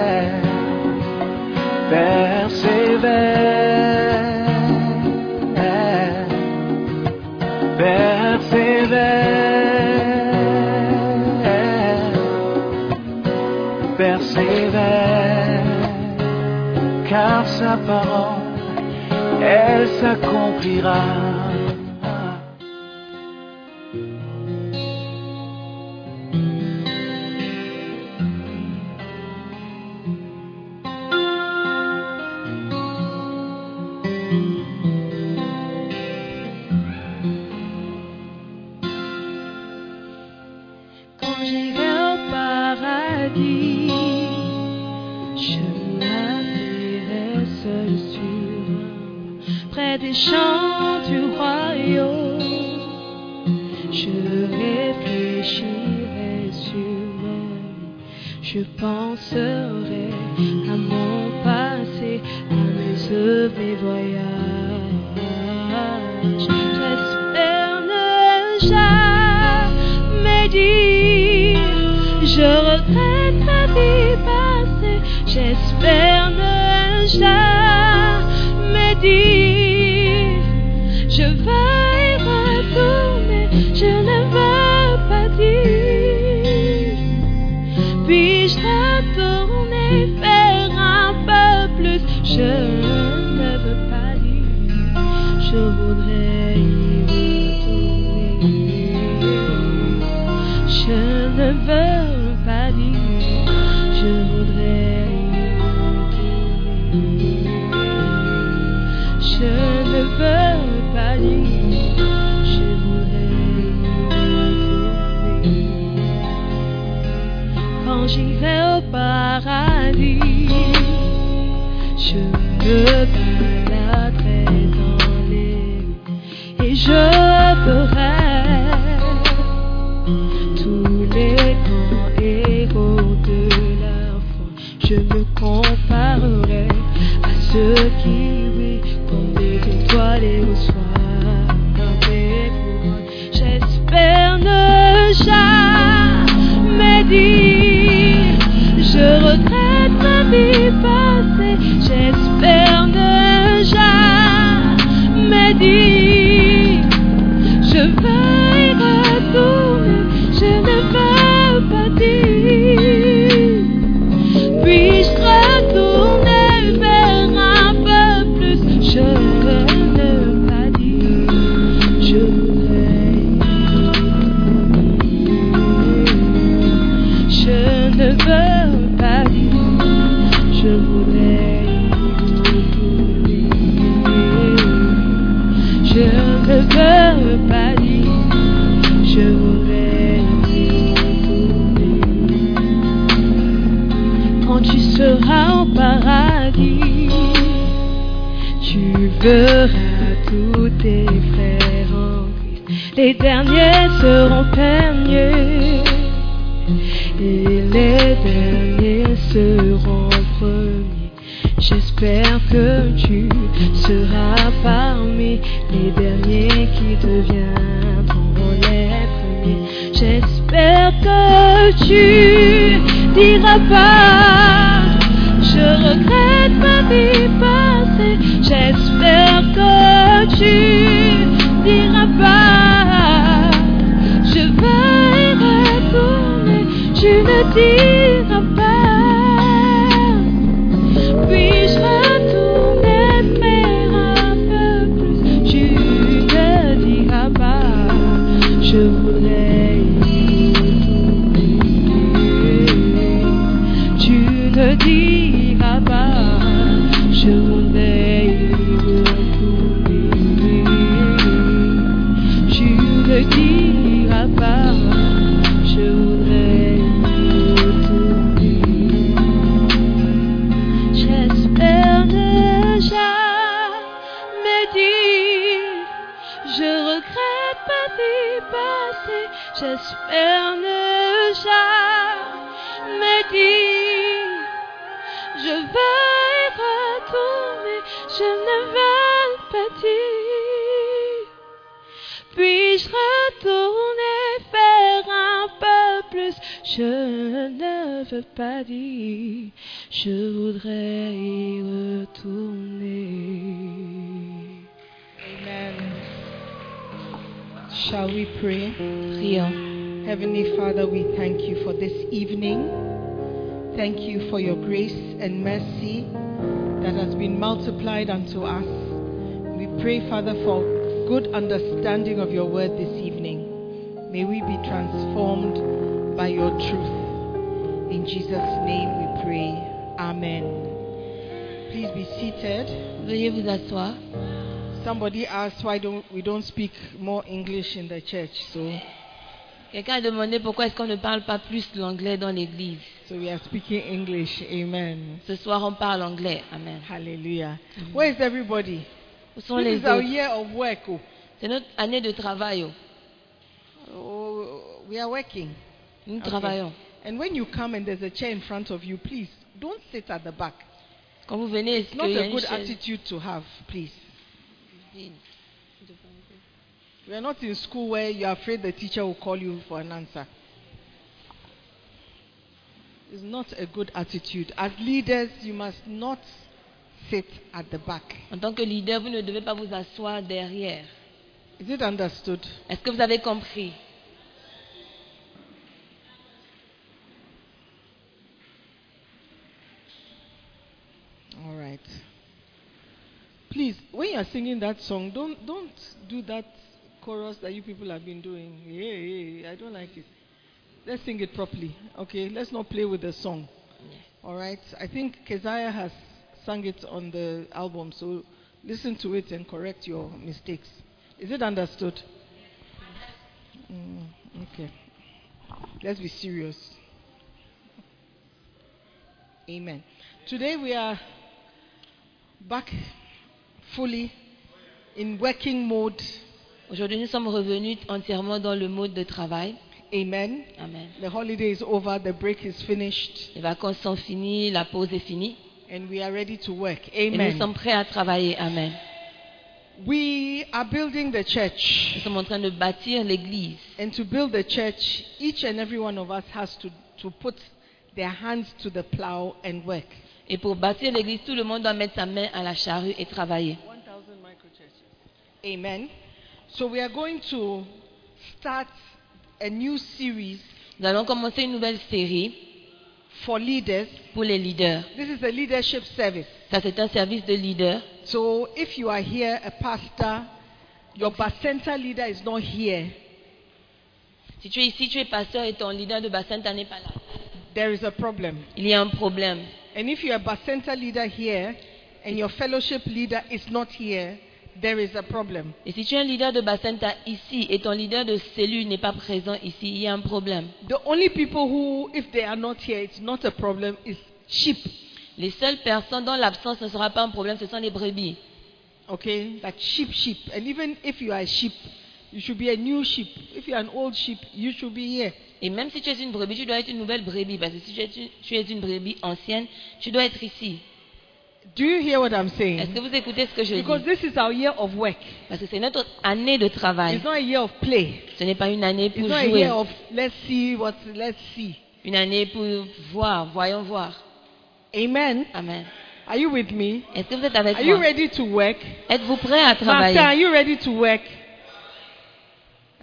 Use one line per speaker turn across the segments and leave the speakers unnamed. persévère, persévère, persévère, persévère, car sa parole, elle s'accomplira.
Quand j'irai au paradis, je m'appuierai seul sur près des champs du royaume. Je réfléchirai sur elle, je penserai à mon passé, à mes œuvres, mes voyages. J'espère ne jamais dire, je regrette ma vie passée. J'espère ne jamais dire. Je vais y retourner, je ne veux pas dire. Puis-je retourner vers un peu plus Je ne veux pas dire, je voudrais y retourner. Je ne veux pas dire, je voudrais y retourner. Je ne veux pas lire, je voudrais y retourner. Quand j'irai au paradis, je me baladerai dans les et je ferai tous les grands héros de la foi. Je me comparerai à ceux qui, oui, comme des étoiles et au soir des couronnes. J'espère ne jamais dire, je regrette ma vie passée. J'espère ne jamais dire, je veux y retourner, je ne veux pas dire. Puis-je retourner vers un peu plus Je ne veux pas dire, je voudrais. Je ne veux pas dire, je voudrais. Je ne veux pas dire, je voudrais quand tu seras au paradis, tu verras tous tes frères en Christ. Les derniers seront derniers et les derniers seront premiers. J'espère que tu seras parmi les derniers qui deviendront les premiers. J'espère que tu diras pas, je regrette ma vie passée. J'espère que tu diras pas, je vais y retourner. Tu ne diras pas. Puis-je retourner faire un peu plus Tu ne diras pas ah bah, Je voulais ah bah, me dira pas. ah bah, Je voudrais me retourner. J'espère ne jamais dire. Je regrette ma vie passée. J'espère ne jamais dire. Je veux y retourner. Je ne veux pas dire. Puis-je retourner faire un peu plus Je ne veux pas dire, je voudrais y retourner.
Amen. Shall we pray?
Prions.
Heavenly Father, we thank you for this evening. Thank you for your grace and mercy that has been multiplied unto us. We pray, Father, for good understanding of your word this evening. May we be transformed by your truth. In Jesus' name we pray. Amen. Please be seated.
Veuillez vous asseoir.
Somebody asked why don't we don't speak more English in the church, so
Quelqu'un a demandé pourquoi est-ce qu'on ne parle pas plus l'anglais dans l'église.
so we are speaking English. Amen.
Ce soir, on parle anglais. Amen.
Hallelujah. Where is everybody?
Où sont les
This is our
autres
year of work. oh.
C'est notre année de travail. oh.
Oh, we are working.
Nous
Okay.
travaillons.
And when you come and there's a chair in front of you, please don't sit at the back.
Quand vous venez, est-ce
It's not
qu'il y a
a
une
good
chaise
attitude to have, please.
vide devant vous
We are not in school where you're afraid the teacher will call you for an answer. It's not a good attitude. As leaders, you must not sit at the back.
En tant que leader, vous ne devez pas vous asseoir derrière.
Is it understood?
Est-ce que vous avez compris
All right. Please, when you're singing that song, don't don't do that chorus that you people have been doing. Yeah, I don't like it. Let's sing it properly. Okay, let's not play with the song. All right. I think Keziah has sung it on the album, so listen to it and correct your mistakes. Is it understood? Mm, okay. Let's be serious. Amen. Today we are back fully in working mode.
Aujourd'hui, nous sommes revenus entièrement dans le mode de travail.
Amen.
Amen.
The holiday is over, the break is finished,
Les vacances sont finies, la pause est finie.
and we are ready to work.
Et nous sommes
Amen.
prêts à travailler. Amen.
We are building the church.
Nous sommes en train de bâtir l'église.
And to build the church, each and every one of us has to, to put their hands to the plow and work.
Et pour bâtir l'église, tout le monde doit mettre sa main à la charrue et travailler.
1,000 micro churches. Amen. So we are going to start a new series
Nous allons commencer une nouvelle série
for leaders.
pour les leaders.
This is a leadership service.
Ça, c'est un service de leader.
So if you are here, a pastor, your center leader is not here,
Si tu es ici, tu es pasteur et ton leader de bassin, t'en n'est pas là.
there is a problem.
Il y a un problème.
And if you are a center leader here and your fellowship leader is not here, there is a problem.
Et si tu es un leader de bassin, t'as ici et ton leader de cellule n'est pas présent ici, il y a un problème.
The only people who, if they are not here, it's not a problem, is sheep.
Les seules personnes dont l'absence ne sera pas un problème, ce sont les brebis.
Okay? Like sheep, sheep. And even if you are a sheep, you should be a new sheep. If you are an old sheep, you should be here.
Et même si tu es une brebis, tu dois être une nouvelle brebis. Parce que si tu es une, tu es une brebis ancienne, tu dois être ici.
Do you hear what I'm
Est-ce que
saying?
vous écoutez ce que je
Because
dis
this is our year of work.
Parce que c'est notre année de travail.
It's not a year of play.
Ce n'est pas une année
It's
pour
not a
jouer,
year of let's see what, let's see.
une année pour voir, voyons voir.
Amen.
Amen.
Are you with me?
Est-ce que vous êtes avec
Are you
moi
ready to work?
Êtes-vous prêt à
Master, are
travailler
you ready to work?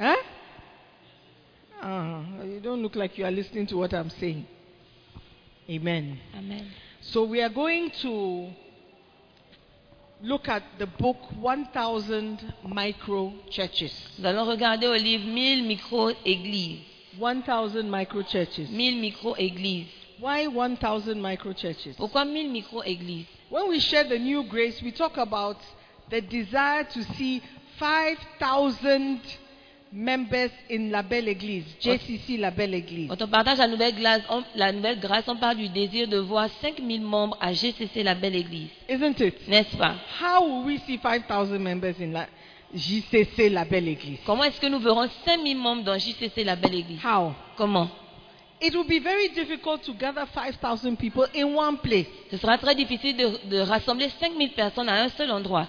Huh? Ah, you don't look like you are listening to what I'm saying. Amen.
Amen.
So we are going to look at the book 1000 Micro Churches.
Nous allons regarder au livre 1000 micro-églises.
1000 Micro Churches.
1000 micro-églises.
Why 1000 Micro Churches?
Pourquoi 1000 micro-églises
When we share the new grace, we talk about the desire to see 5,000 members in La Belle Église, JCC La Belle Église.
Quand on partage la nouvelle, glace, on- la nouvelle grâce, on parle du désir de voir 5000 membres à GCC, la belle église.
Isn't it?
N'est-ce pas
How will we see 5,000 members in la JCC La Belle Église?
Comment est-ce que nous verrons 5000 membres dans JCC, la belle église
How?
Comment
It will be very difficult to gather 5,000 people in one place,
Ce sera très difficile de, de rassembler 5000 personnes à un seul endroit.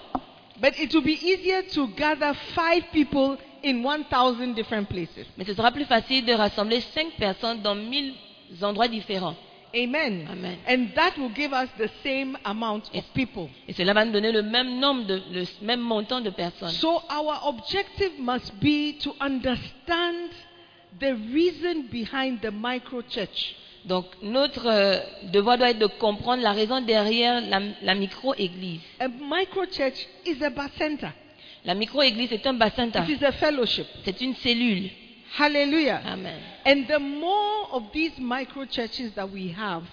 but it will be easier to gather five people in 1,000 different places.
Mais ce sera plus facile de rassembler 5 personnes dans 1000 endroits différents.
Amen.
Amen.
And that will give us the same amount of
Yes.
people.
Et cela va nous donner le même nombre, de, le même montant de personnes.
So our objective must be to understand the reason behind the micro church.
Donc notre euh, devoir doit être de comprendre la raison derrière la, la micro-église.
A micro church is a bar center.
La micro-église est un bassin d'âme.
It is a fellowship.
C'est une cellule.
Hallelujah.
Amen.
And the more of these micro churches that we have,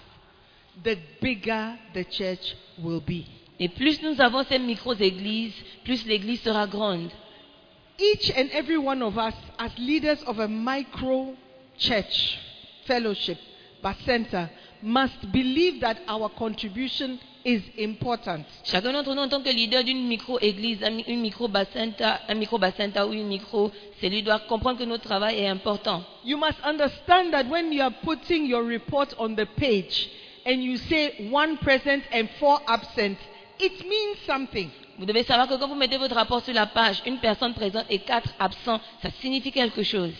the bigger the church will be.
Et plus nous avons ces micro-églises, plus l'église sera grande.
Each and every one of us, as leaders of a micro church fellowship, but center, must believe that our contribution is important.
Chacun d'entre nous, en tant que leader d'une micro-église, un mi- une micro-bassin d'âme- un micro-bassin d'âme ou une micro-cellule, doit comprendre que notre travail est important.
You must understand that when you are putting your report on the page and you say one present and four absent, it means something.
Vous devez savoir que quand vous mettez votre rapport sur la page, une personne présente et quatre absents, ça signifie quelque chose.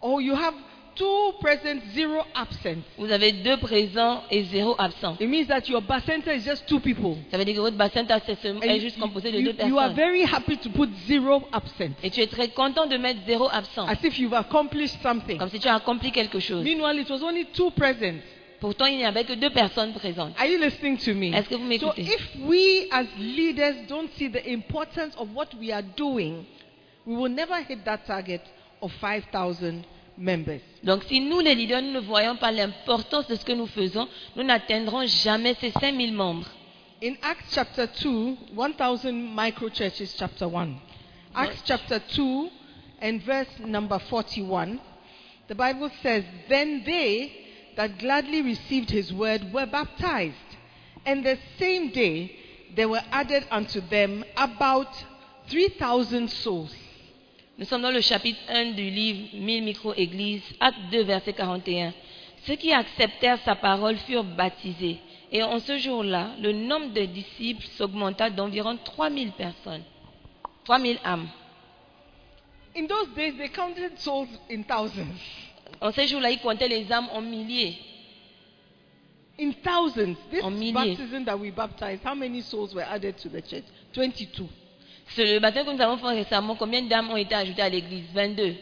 Or you have two present, zero absent.
Vous avez deux présents et zéro absent.
It means that your bar center is just two people.
Ça veut dire que votre bassin d'âme, c'est seulement-
And
est
you-
juste composé de
you-
deux
you are
personnes.
very happy to put zero absent.
Et tu es très content de mettre zéro absent,
as if you've accomplished something.
comme si tu as accompli quelque chose.
Meanwhile, it was only two presents.
Pourtant, il n'y avait que deux personnes présentes.
Are you listening to me?
Est-ce que vous
So,
m'écoutez
if we as leaders don't see the importance of what we are doing, we will never hit that target of 5,000 members.
Donc, si nous, les leaders, nous ne voyons pas l'importance de ce que nous faisons, nous n'atteindrons jamais ces 5000 membres.
In Acts chapter 2, 1,000 micro churches, chapter 1. Acts chapter 2 and verse number 41, the Bible says, Then they that gladly received his word were baptized, and the same day there were added unto them about 3,000 souls.
Nous sommes dans le chapitre 1 du livre 1000 micro-églises, acte 2, verset 41. Ceux qui acceptèrent sa parole furent baptisés. Et en ce jour-là, le nombre de disciples s'augmenta d'environ 3000 personnes. 3000 âmes.
In those days, they counted souls in thousands.
En ce jour-là, ils comptaient les âmes en milliers.
In thousands. This
A million.
baptism that we baptized, how many souls were added to the church? 22.
C'est le baptême que nous avons fait récemment. Combien d'âmes ont été ajoutées à l'église 22.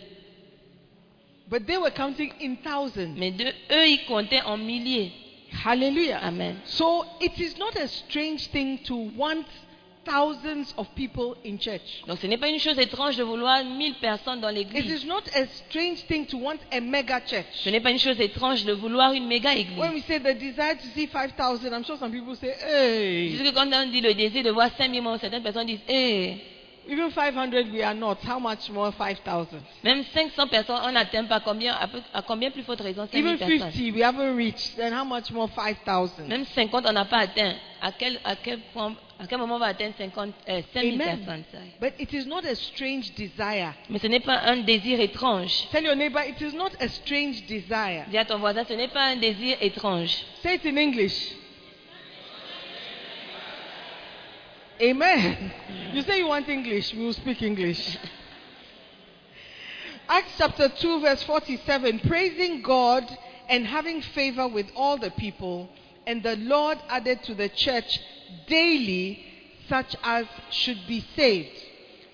But they were counting in thousands.
Mais de, eux, ils comptaient en milliers.
Hallelujah.
Amen.
So it is not a strange thing to want thousands of people in church.
Donc ce n'est pas une chose étrange de vouloir 1000 personnes dans
It
l'église.
is not a strange thing to want a mega
Ce
church.
n'est pas une chose étrange de vouloir une méga église.
When we say the desire to see 5,000, I'm sure some people say,
Juste
hey,
que quand on dit le désir de voir 5000 membres, certaines personnes disent, Eh,
even 500 we are not. How much more 5,000?
même 500 personnes, on n'atteint pas combien, à, peu- à combien plus forte raison 5000
Even
personnes.
50 we haven't reached. Then how much more 5,000?
Même 50, on n'a pas atteint. À quel, à quel point, à quel moment on va atteindre 50, euh, 5000 personnes sorry.
But it is not a strange desire.
Mais ce n'est pas un désir étrange.
Tell your neighbor, it is not a strange desire.
Dis à ton voisin, ce n'est pas un désir étrange.
Say it in English. Amen. You say you want English, we will speak English. Acts chapter 2, verse 47 praising God and having favor with all the people, and the Lord added to the church daily such as should be saved.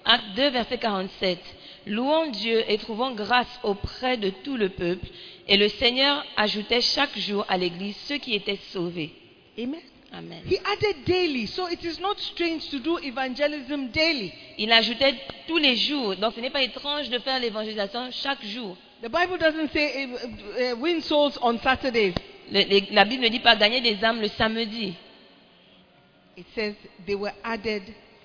Acte 2, verset 47. Louons Dieu et trouvons grâce auprès de tout le peuple. Et le Seigneur ajoutait chaque jour à l'Église ceux qui étaient sauvés.
Amen.
Amen.
He added daily, so it is not strange to do evangelism daily.
Il ajoutait tous les jours. Donc ce n'est pas étrange de faire l'évangélisation chaque jour.
The Bible doesn't say eh, eh, win souls on Saturdays.
Le- les- la Bible ne dit pas gagner des âmes le samedi.
It says they were added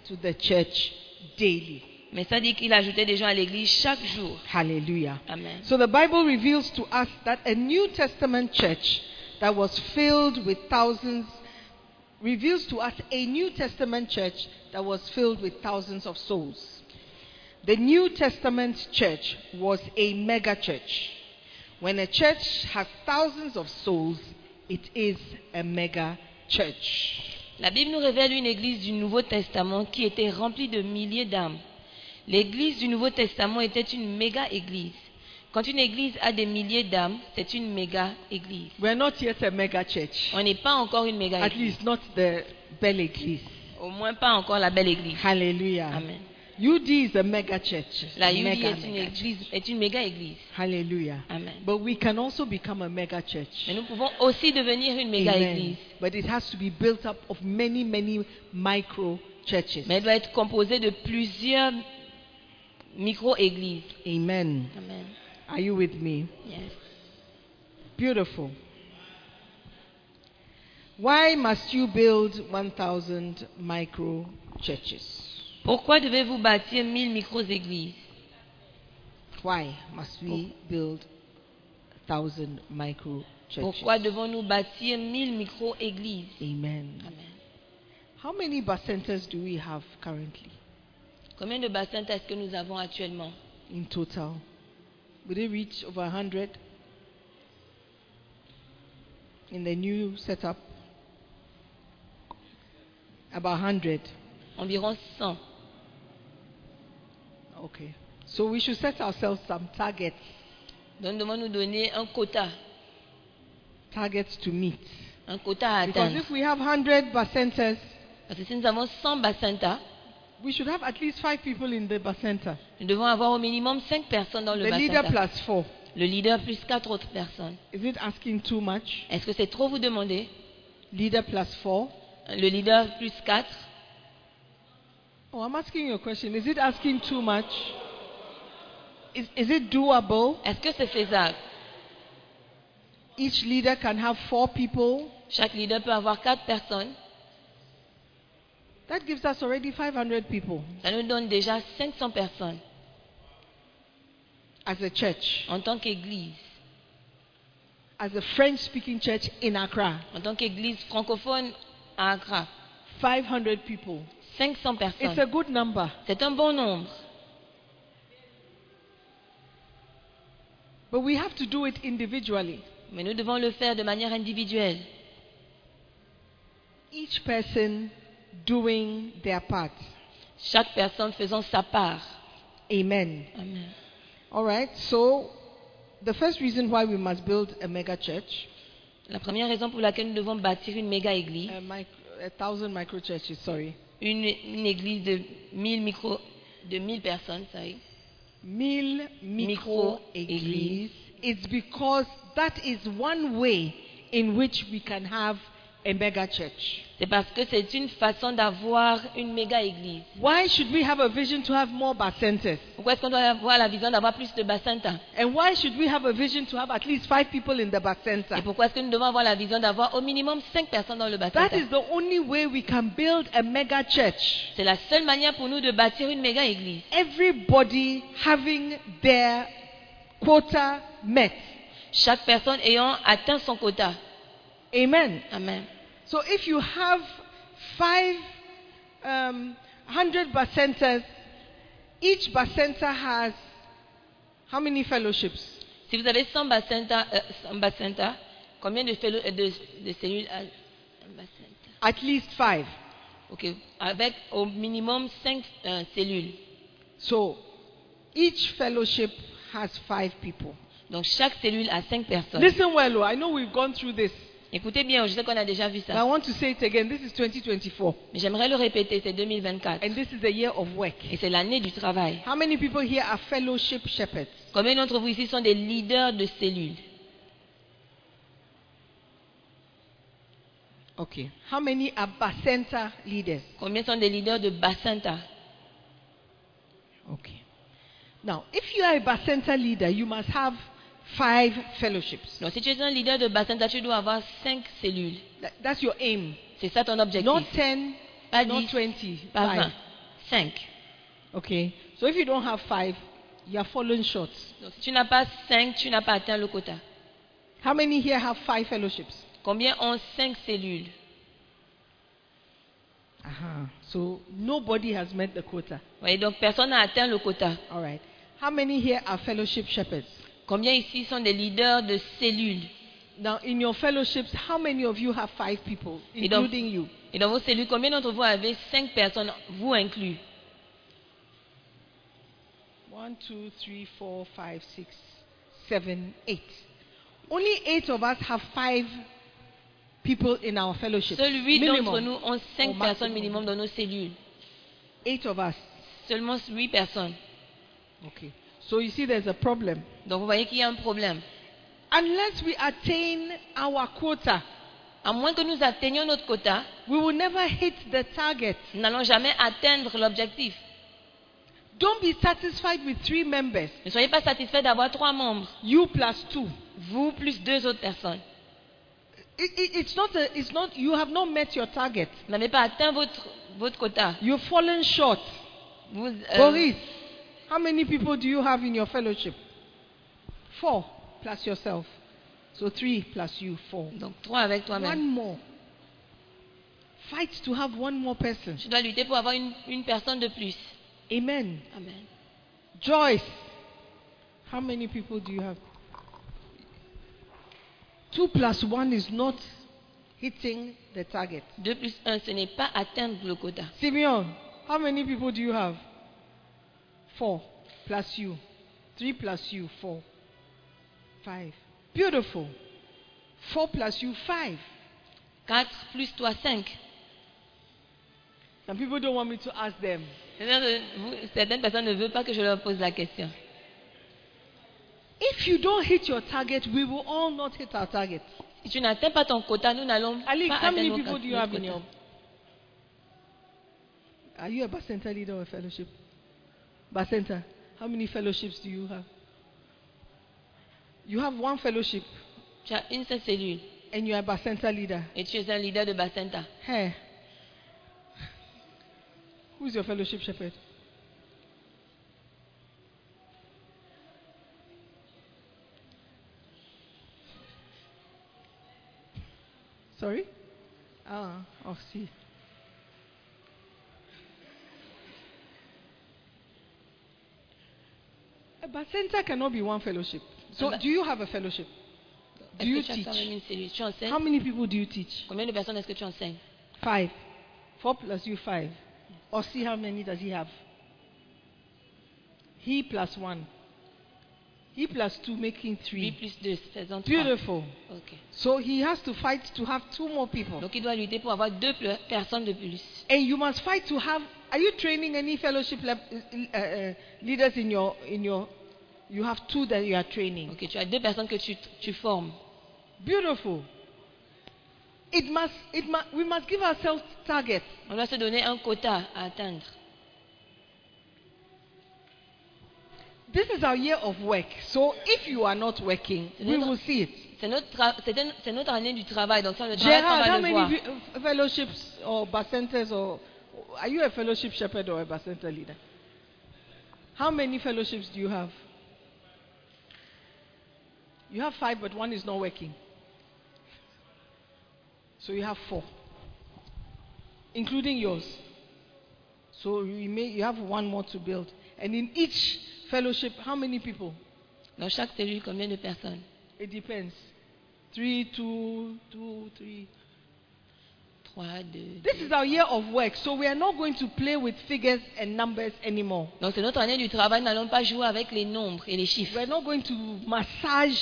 to the church daily.
Mais ça dit qu'il ajoutait des gens à l'église chaque jour.
Hallelujah.
Amen.
So the Bible reveals to us that a New Testament church that was filled with thousands reveals to us a New Testament church that was filled with thousands of souls. The New Testament church was a mega church. When a church has thousands of souls, it is a mega church.
La Bible nous révèle une église du Nouveau Testament qui était remplie de milliers d'âmes. L'église du Nouveau Testament était une méga église. Quand une église a des milliers d'âmes, c'est une méga église.
We're not yet a mega church.
On n'est pas encore une méga
At
église.
least not the Bell Église.
Au moins pas encore la belle église.
Hallelujah.
Amen.
UD is a mega church.
La UD
Mega,
est une
mega
église,
church.
est une méga église.
Hallelujah.
Amen.
But we can also become a mega church.
Mais nous pouvons aussi devenir une méga
Amen.
église.
But it has to be built up of many, many micro churches.
Mais elle doit être composée de plusieurs micro-églises.
Amen.
Amen.
Are you with me?
Yes.
Beautiful. Why must you build 1,000 micro churches?
Pourquoi devez-vous bâtir 1000 micro-églises
Why must we build 1,000 micro churches?
Pourquoi devons-nous bâtir 1000 micro-églises
Amen.
Amen.
How many bus centers do we have currently
Combien de bassins est-ce que nous avons actuellement
in total? Would it reach over 100 in the new setup? About 100.
Environ 100.
Okay. So we should set ourselves some targets,
Donc nous devons nous donner un quota,
targets to meet.
un quota à
Because
atteindre.
if we have 100 bus centers,
Parce que si nous avons 100 bassins,
we should have at least five people in the bus center.
nous devons avoir au minimum 5 personnes dans
The
le
leader
bassin.
plus four.
Le leader plus 4 autres personnes.
Is it asking too much?
Est-ce que c'est trop vous demander
Leader plus four.
Le leader plus 4
Oh, I'm asking you a question. Is it asking too much? Is, is it doable?
Est-ce que c'est faisable
Each leader can have four people.
Chaque leader peut avoir 4 personnes.
That gives us already 500 people
Ça nous donne déjà 500 personnes
as a church,
en tant qu'église,
as a French speaking church in Accra.
en tant qu'église francophone à Accra.
500 people.
500
It's a
personnes.
good number.
C'est un bon nombre.
But we have to do it individually.
Mais nous devons le faire de manière individuelle.
Each person doing their part.
Chaque personne faisant sa part.
Amen.
Amen.
All right. So, the first reason why we must build a mega church,
La première raison pour laquelle nous devons bâtir une méga église,
a, mic- a thousand micro churches, sorry,
une, une église de 1000 micro, de 1000 personnes, sorry,
Mil micro église.
Micro-église.
It's because that is one way in which we can have a mega church.
c'est parce que c'est une façon d'avoir une méga église.
Why should we have a vision to have more bus centers?
Pourquoi est-ce qu'on doit avoir la vision d'avoir plus de bassins de temps
And why should we have a vision to have at least five people in the bus center?
Et pourquoi est-ce que nous devons avoir la vision d'avoir au minimum 5 personnes dans le bassin
That is the only way we can build a mega church.
C'est la seule manière pour nous de bâtir une méga église.
Everybody having their quota met.
Chaque personne ayant atteint son quota.
Amen.
Amen.
So if you have five um, hundred bus centers, each bus center has how many fellowships?
Si vous avez 100 bassins de temps, euh, 100 bassins de temps, combien de, fellow- euh, de- de cellules a- un bassin de temps
At least five.
Ok. Avec au minimum 5 cellules.
So each fellowship has five people.
Donc chaque cellule a 5 personnes.
Listen well, oh, I know we've gone through this,
Écoutez bien, je sais qu'on a déjà vu
but I
ça.
want to say it again. This is 2024,
Mais j'aimerais le répéter, c'est 2024.
and this is the year of work.
Et c'est l'année du travail.
How many people here are fellowship shepherds?
Combien d'entre vous ici sont des leaders de cellules
Okay. How many are bus center leaders?
Combien sont des leaders de Bassinta
Okay. Now, if you are a bus center leader, you must have five fellowships.
Donc, si tu es un leader de Bassinta, tu dois avoir 5 cellules.
That- that's your aim.
C'est ça ton objectif.
Not 10,
pas
not
10,
20,
pas
five.
20. 5.
Okay. So if you don't have five, you are falling short.
Donc, si tu n'as pas cinq, tu n'as pas atteint le quota.
How many here have five fellowships?
Combien ont cinq cellules
Uh-huh. So nobody has met the quota.
Voyez, donc personne n'a atteint le quota.
All right. How many here are fellowship shepherds?
Combien ici sont des leaders de cellules
Now, in your fellowships, how many of you have five people,
Et dans-
including you?
Et dans vos cellules, combien d'entre vous avez cinq personnes, vous inclus
One, two, three, four, five, six, seven, eight. Only eight of us have five people in our fellowship.
Seuls huit d'entre
Minimum.
nous ont
Au
cinq
maximum.
personnes minimum dans nos cellules.
Eight of us.
Seulement huit personnes.
Okay. So you see, there's a problem.
Donc vous voyez qu'il y a un problème.
Unless we attain our quota,
À moins que nous atteignions notre quota,
we will never hit the target.
nous n'allons jamais atteindre l'objectif.
Don't be satisfied with three members.
Ne soyez pas satisfait d'avoir trois membres,
You plus two.
vous plus deux autres personnes.
It- it- it's not. A, it's not. You have not met your target.
Vous n'avez pas atteint votre, votre quota.
You've fallen short.
Vous, euh,
Boris, how many people do you have in your fellowship? Four plus yourself. So three plus you, four.
donc trois avec
One
toi-même.
more. Fight to have one more person.
Tu dois lutter pour avoir une, une personne de plus.
Amen.
Amen.
Joyce, how many people do you have? Two plus one is not hitting the target.
Deux plus un, ce n'est pas atteindre le quota.
Simeon, how many people do you have? Four plus you. Three plus you, four. Five. Beautiful. Four plus you, five.
Quatre plus toi, cinq.
Some people don't want me to ask them.
C'est-à-dire que vous- Certaines personnes ne veulent pas que je leur pose la question.
If you don't hit your target, we will all not hit our target.
Si tu n'atteins pas ton quota, nous n'allons pas
Ali, how
atteindre
many
notre-
people do you
notre
have in
quota.
your? Are you a Bacenta leader or a fellowship? Bacenta, how many fellowships do you have? You have one fellowship
Tu as une seule cellule
and you are a Bacenta leader.
et tu es un leader de Bacenta.
Hey. Who's your fellowship shepherd? Sorry? Ah, oh, see. Eh, But center cannot be one fellowship. So,
But-
do you have a fellowship? Do
Est-ce que
you
tu as quand même
teach?
une cellule Tu enseignes
How many people do you teach?
Combien de personnes est-ce que tu enseignes
Five. Four plus you five. Or see how many does he have? He plus one. He plus two making
8
three.
plus 2, faisant 3.
Beautiful.
Ok.
So he has to fight to have two more people.
Donc il doit lutter pour avoir deux ple- personnes de plus.
And you must fight to have. Are you training any fellowship le- uh, uh, leaders in your in your? You have two that you are training.
Ok, tu as deux personnes que tu, tu formes.
Beautiful. It must it must we must give ourselves targets.
On doit se donner un quota à atteindre.
This is our year of work. So if you are not working, we will see it.
C'est notre, tra- c'est un- c'est notre année du travail, donc ça, le travail, ça,
Gerard,
on
how
va le voir.
many fe- fellowships or bacenters or are you a fellowship shepherd or a bacenter leader? How many fellowships do you have? You have five, but one is not working. So you have four, including yours. So you, may, you have one more to build. And in each fellowship, how many people?
Dans chaque cellule, combien de personnes
It depends. Three, two, two, three.
3, 2,
This is our year of work, so we are not going to play with figures and numbers anymore.
Donc c'est notre année du travail, n'allons pas jouer avec les nombres et les chiffres.
We're not going to massage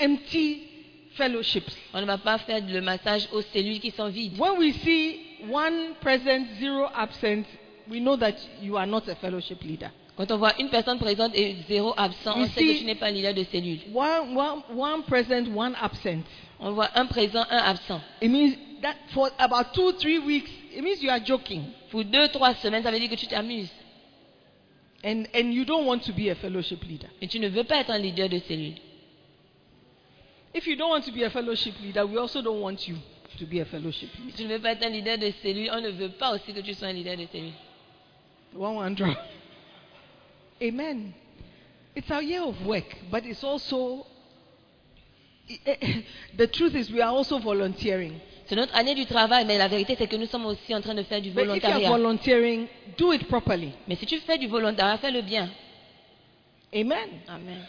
empty fellowships.
On ne va pas faire le massage aux cellules qui sont vides.
When we see one present, zero absent, we know that you are not a fellowship leader.
Quand on voit une personne présente et zéro absent, on
Ici-
sait que tu n'es pas leader de cellule.
One, one, one present, one absent.
On voit un présent, un absent.
It means that for about two, three weeks, it means you are joking
Pour deux, trois semaines, ça veut dire que tu t'amuses.
and, and you don't want to be a fellowship leader.
Mais tu ne veux pas être un leader de cellule.
If you don't want to be a fellowship leader, we also don't want you to be a fellowship
Si
leader.
tu ne veux pas être un leader de cellule, on ne veut pas aussi que tu sois un leader de cellule.
One, one, draw. Amen. It's our year of work, but it's also the truth is we are also volunteering.
C'est notre année du travail, mais la vérité, c'est que nous sommes aussi en train de faire du
But if you are
volontariat.
volunteering, do it properly.
Mais si tu fais du volontariat, fais-le bien.
Amen.
Amen.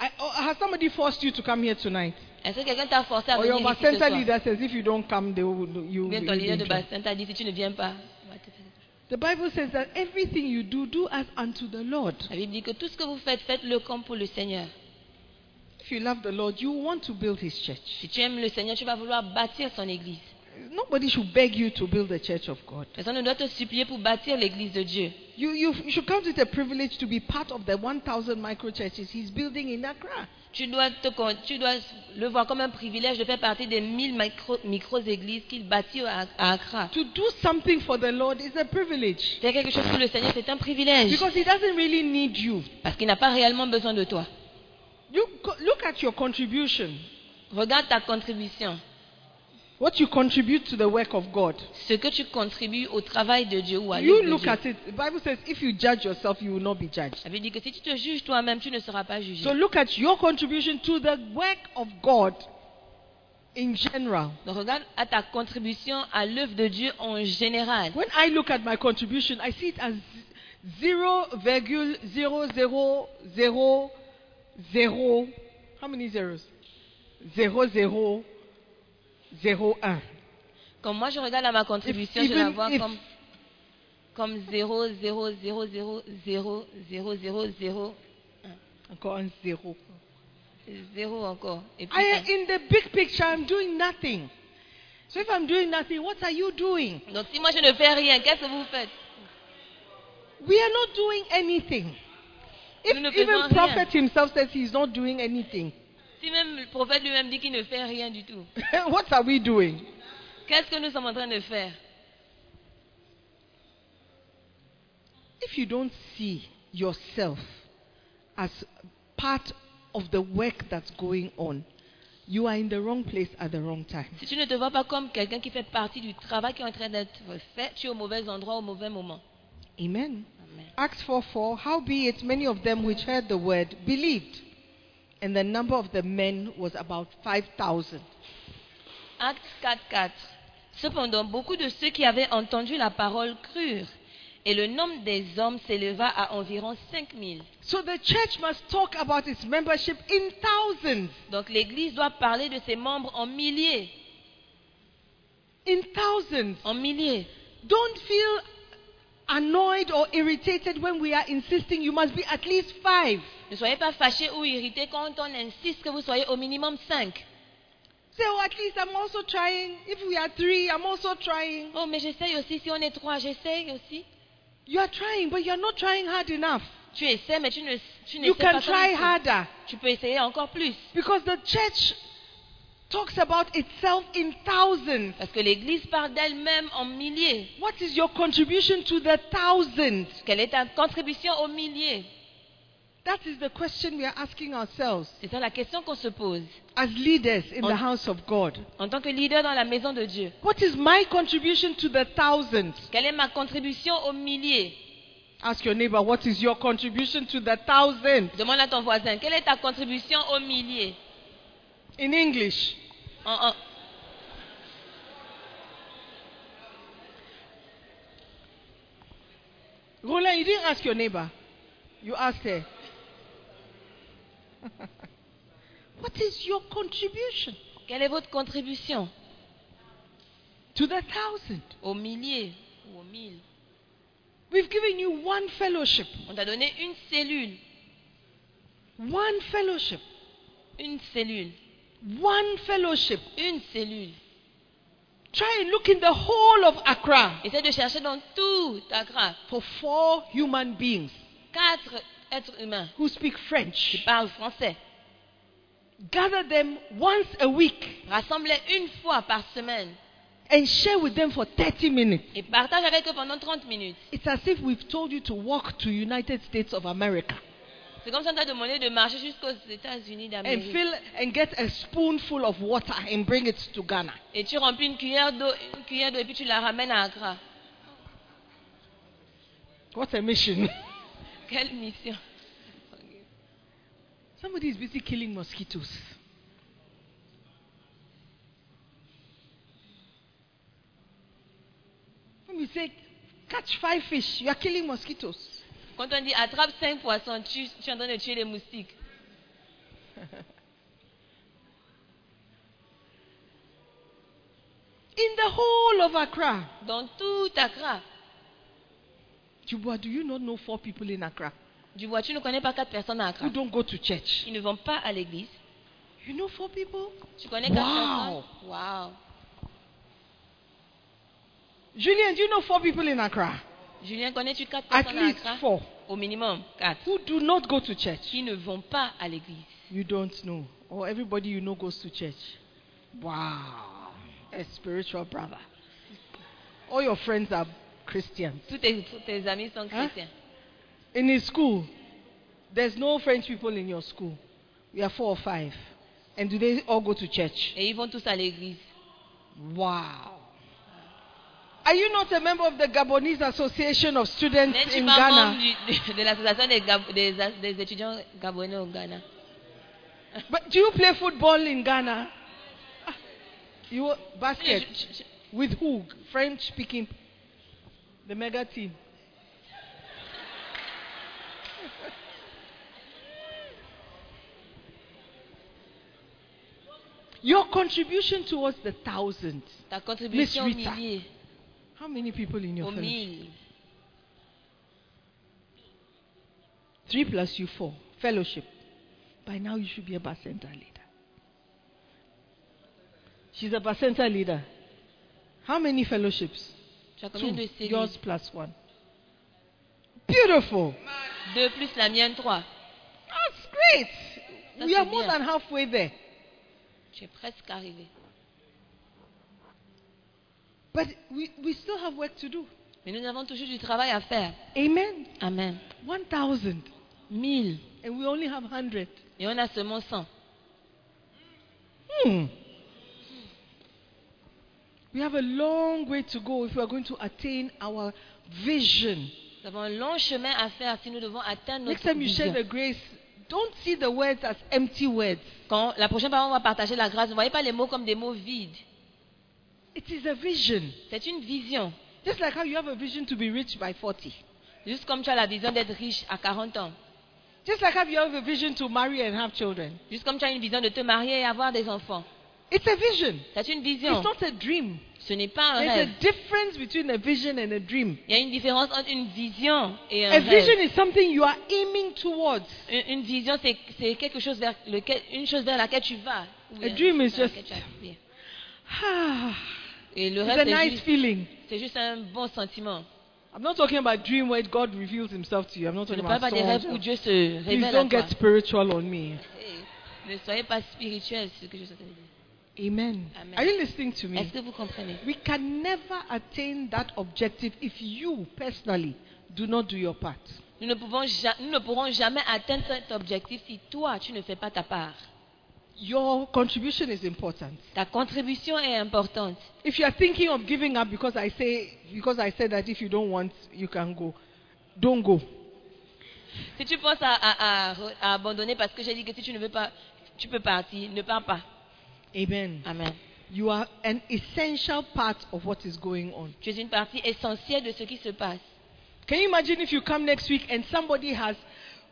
I, or has somebody forced you to come here tonight?
Est-ce que quelqu'un t'a forcé à
Or
venir
your
ici ce
Bacenta
soir?
leader says if you don't come, they will you.
Ou bien ton
will be
leader de
in trouble.
bassin t'a dit, si tu ne viens pas, on va te faire-
The Bible says that everything you do, do as unto the Lord.
la Bible dit que tout ce que vous faites, faites-le comme pour le Seigneur.
If you love the Lord, you want to build His
Si
church.
tu aimes le Seigneur, tu vas vouloir bâtir son église.
Nobody should beg you to build the church of God.
Personne ne doit te supplier pour bâtir l'église de Dieu.
You, you, you should count it a privilege to be part of the 1,000 micro churches He's building in Accra.
Tu dois, te con- tu dois le voir comme un privilège de faire partie des 1000 micro- micro-églises qu'il bâtit à, à Accra.
To do something for the Lord is a privilege
Faire quelque chose pour le Seigneur, c'est un privilège.
because He doesn't really need you.
Parce qu'il n'a pas réellement besoin de toi.
You co- look at your contribution,
Regarde ta contribution,
what you contribute to the work of God.
ce que tu contribues au travail de Dieu ou à
You
l'œuvre de
look
Dieu.
at it. The Bible says if you judge yourself, you will not be judged.
Ça veut dire que si tu te juges toi-même, tu ne seras pas jugé.
So look at your contribution to the work of God in general.
Donc regarde à ta contribution à l'œuvre de Dieu en général.
When I look at my contribution, I see it as 0.00000. How many zeros? 0001.
Quand moi je regarde à ma contribution,
If-
je la
even
vois
if-
comme comme 0 0 0 0 0 0 0 0
Encore un zéro.
0 encore. Et puis,
I,
ça.
in the big picture, I'm doing nothing. So if I'm doing nothing, what are you doing?
Donc si moi je ne fais rien, qu'est-ce que vous faites
We are not doing anything. If
Nous ne faisons
even
rien.
prophet himself says he's not doing anything,
Si même le prophète lui-même dit qu'il ne fait rien du tout,
what are we doing?
qu'est-ce que nous sommes en train de faire
If you don't see yourself as part of the work that's going on, you are in the wrong place at the wrong time.
Si tu ne te vois pas comme quelqu'un qui fait partie du travail qui est en train d'être fait, tu es au mauvais endroit au mauvais moment.
Amen.
Amen.
Acts 4 4 Howbeit, many of them which heard the word believed, and the number of the men was about 5,000.
Acte 4, 4. Cependant, beaucoup de ceux qui avaient entendu la parole crurent, et le nombre des hommes s'éleva à environ 5000.
So the church must talk about its membership in thousands.
Donc l'Église doit parler de ses membres en milliers,
In thousands.
en milliers.
Don't feel annoyed or irritated when we are insisting you must be at least five.
Ne soyez pas fâchés ou irrités quand on insiste que vous soyez au minimum 5.
Say, oh, at least I'm also trying. If we are three, I'm also trying.
Oh, mais j'essaye aussi, si on est trois, j'essaye aussi.
You are trying, but you're not trying hard enough.
Tu essaies, mais tu ne tu
You
n'essaies pas.
can
comme
try
il faut.
harder
Tu peux essayer encore plus.
because the church talks about itself in thousands.
Parce que l'Église parle d'elle-même en milliers.
What is your contribution to the thousands?
Quelle est ta contribution aux milliers
That is the question we are asking ourselves
C'est ça la question qu'on se pose.
as leaders in the
On-
house of God.
En tant que leader dans la maison de Dieu,
What is my contribution to the thousands?
quelle est ma contribution aux milliers
Ask your neighbor, what is your contribution to the thousands?
Demande à ton voisin, quelle est ta contribution aux milliers
In English,
En- en-
Roland, you didn't ask your neighbor. You asked her. what is your contribution
Quelle est votre contribution
to the thousand?
aux milliers ou aux mille
We've given you one fellowship.
On t'a donné une cellule,
One fellowship.
une cellule,
One fellowship.
une cellule.
Try and look in the whole of Accra
Essaie de chercher dans tout ta grâce
for four human beings
quatre êtres humains
who speak
qui
French.
parlent français.
Gather them once a week
Rassemble-les une fois par semaine
and share with them for 30 minutes.
et partage avec eux pendant 30 minutes.
It's as if we've told you to walk to United States of America
C'est comme si on t'a demandé de marcher jusqu'aux États-Unis
and
d'Amérique.
fill and get a spoonful of water and bring it to Ghana.
Et tu remplis une cuillère d'eau, une cuillère d'eau et puis tu la ramènes à Accra.
What a mission.
Quelle mission
Somebody is busy killing mosquitoes. When we say catch five fish, you are killing mosquitoes.
Quand on dit attrape cinq poissons, tu, tu es en train de tuer les moustiques.
In the whole of Accra,
Dans tout Accra,
Jubwa, do you not know four people in Accra
du vois, tu ne connais pas quatre personnes à Accra.
who don't go to church?
Ils ne vont pas à l'église.
You know four people?
Tu connais quatre
Wow.
personnes. Wow.
Julian, do you know four people in Accra?
Julien, connais-tu quatre
At
personnes à
least
Accra
four
Au minimum, quatre.
who do not go to church.
Qui ne vont pas à l'église.
You don't know. Or everybody you know goes to church. Wow. A spiritual brother. All your friends are Christians.
Tous tes, tous tes amis sont
Hein?
chrétiens.
In his school, there's no French people in your school. We are four or five. And do they all go to church?
Et ils vont tous à l'église.
Wow. Are you not a member of the Gabonese Association of Students
N'es-tu
in
pas membre
Ghana?
du- de, de l'association des, Gab- des as- des étudiants gabonais au Ghana
But do you play football in Ghana? Ah, You basket
Je- je- je-
with who? French speaking. The mega team. Your contribution towards the thousands.
Ta contribution au
Miss Rita.
millier,
How many people in your
au
family?
mille,
Three plus you four. Fellowship. By now you should be a bar center leader. She's a bar center leader. How many fellowships?
tu as combien de
Two.
séries
Yours plus one. Beautiful.
Deux plus la mienne, trois.
That's great.
That's
we are
good,
more
yeah.
than halfway there.
Tu es presque arrivé.
But we, we still have work to do.
Mais nous avons toujours du travail à faire.
Amen.
Amen.
1,000.
Mille.
And we only have 100.
Et on a seulement 100.
Hmm. We have a long way to go if we are going to attain our vision.
Nous avons un long chemin à faire si nous devons atteindre
Next
notre
time you share
vision.
the grace, don't see the words as empty words.
Quand la prochaine fois on va partager la grâce, ne voyez pas les mots comme des mots vides.
It is a vision.
C'est une vision.
Just like how you have a vision to be rich by 40.
Juste comme tu as la vision d'être riche à 40 ans.
Just like how you have a vision to marry and have children.
Juste comme tu as une vision de te marier et avoir des enfants.
It's a vision.
C'est une vision.
It's not a dream.
Ce n'est pas un
There's
rêve.
a difference between a vision and a dream.
Il y a une différence entre une vision et un
A vision
rêve.
is something you are aiming towards.
Une, une vision, c'est c'est quelque chose vers lequel, une chose vers laquelle tu vas. Ou
A
une
dream
chose
is
vers
just-
laquelle tu aspires.
it's
Et le
a
rêve, c'est
nice
juste,
feeling.
c'est juste un bon sentiment.
I'm not talking about dream where God reveals himself to you. I'm not
Je ne
talking
parle
about
pas des rêves où
songs.
Dieu se
Please
révèle à
don't
toi.
get spiritual on me.
Hey, Ne soyez pas spirituels, c'est ce que je souhaite dire.
Amen.
Amen.
Are you listening to
Est-ce
me?
que vous comprenez
We can never attain that objective if you personally do not do your part.
nous ne, pouvons ja- nous ne pourrons jamais atteindre cet objectif si toi, tu ne fais pas ta part.
Your contribution is important.
Ta contribution est importante.
If you are thinking of giving up because I say because I said that if you don't want you can go, don't go.
Si tu penses à, à- à re- à abandonner parce que j'ai dit que si tu ne veux pas, tu peux partir, ne pars pas.
Amen.
Amen.
You are an essential part of what is going on.
Tu es une partie essentielle de ce qui se passe.
Can you imagine if you come next week and somebody has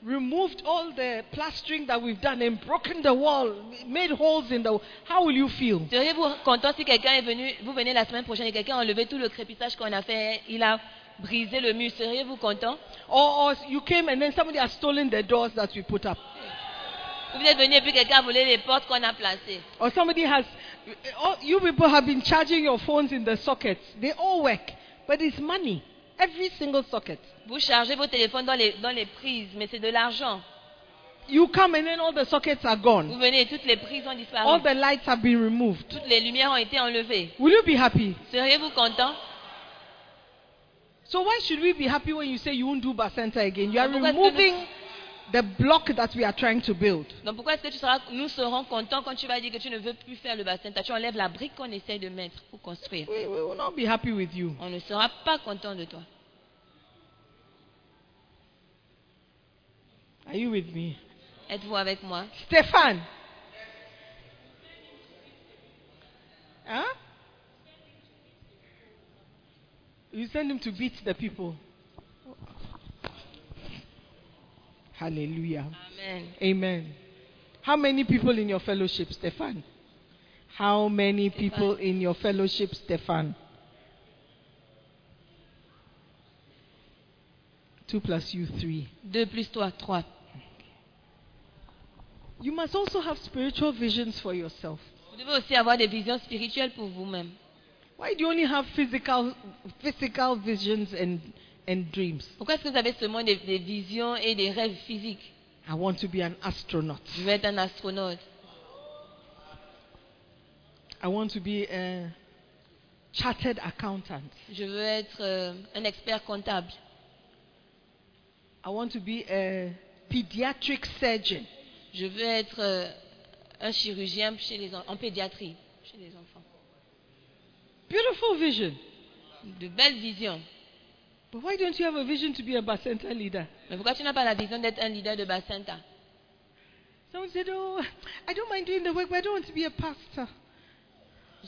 removed all the plastering that we've done and broken the wall, made holes in the wall? How will you feel?
Seriez-vous content si quelqu'un est venu, vous venez la semaine prochaine et quelqu'un a enlevé tout le crépitage qu'on a fait, il a brisé le mur, seriez-vous content
Or, or you came and then somebody has stolen the doors that we put up.
Ou vous êtes venu et puis quelqu'un a volé les portes qu'on a placées
Or somebody has, all, you people have been charging your phones in the sockets. They all work, but it's money. Every single socket.
Vous chargez vos téléphones dans les, dans les prises, mais c'est de l'argent.
You come and then all the sockets are
Vous
gone.
venez et toutes les prises ont
All
disparu.
the lights have been removed.
Toutes les lumières ont été enlevées.
Will you be happy?
Seriez-vous content
So why should we be happy when you say you won't do bar center again? You are
Pourquoi est-ce que nous-
removing the block that we are trying to build.
Donc pourquoi est-ce que tu seras, nous serons contents quand tu vas dire que tu ne veux plus faire le bassin Tu enlèves la brique qu'on essaye de mettre pour construire.
We, we will not be happy with you.
On ne sera pas content de toi.
Are you with me?
Êtes-vous avec moi
Stéphane. Huh? You send him to beat the people. Hallelujah.
Amen.
Amen. How many people in your fellowship, Stefan? How many people in your fellowship, Stefan? Two plus you, three.
2 plus 3, 3.
You must also have spiritual visions for yourself.
Vous devez aussi avoir des visions spirituelles pour vous-même.
Why do you only have physical, physical visions and, and dreams?
Pourquoi est-ce que vous avez seulement des, des visions et des rêves physiques
I want to be an astronaut.
Je veux être un astronaute.
I want to be a chartered accountant.
Je veux être euh, un expert comptable.
I want to be a pediatric surgeon.
Je veux être euh, un chirurgien chez les en, en pédiatrie, chez les enfants.
Beautiful vision.
De belles visions.
But why don't you have a vision to be a Basenta leader?
Mais pourquoi tu n'as pas la vision d'être un leader de Bacenta
Someone said, Oh, I don't mind doing the work, but I don't want to be a pastor.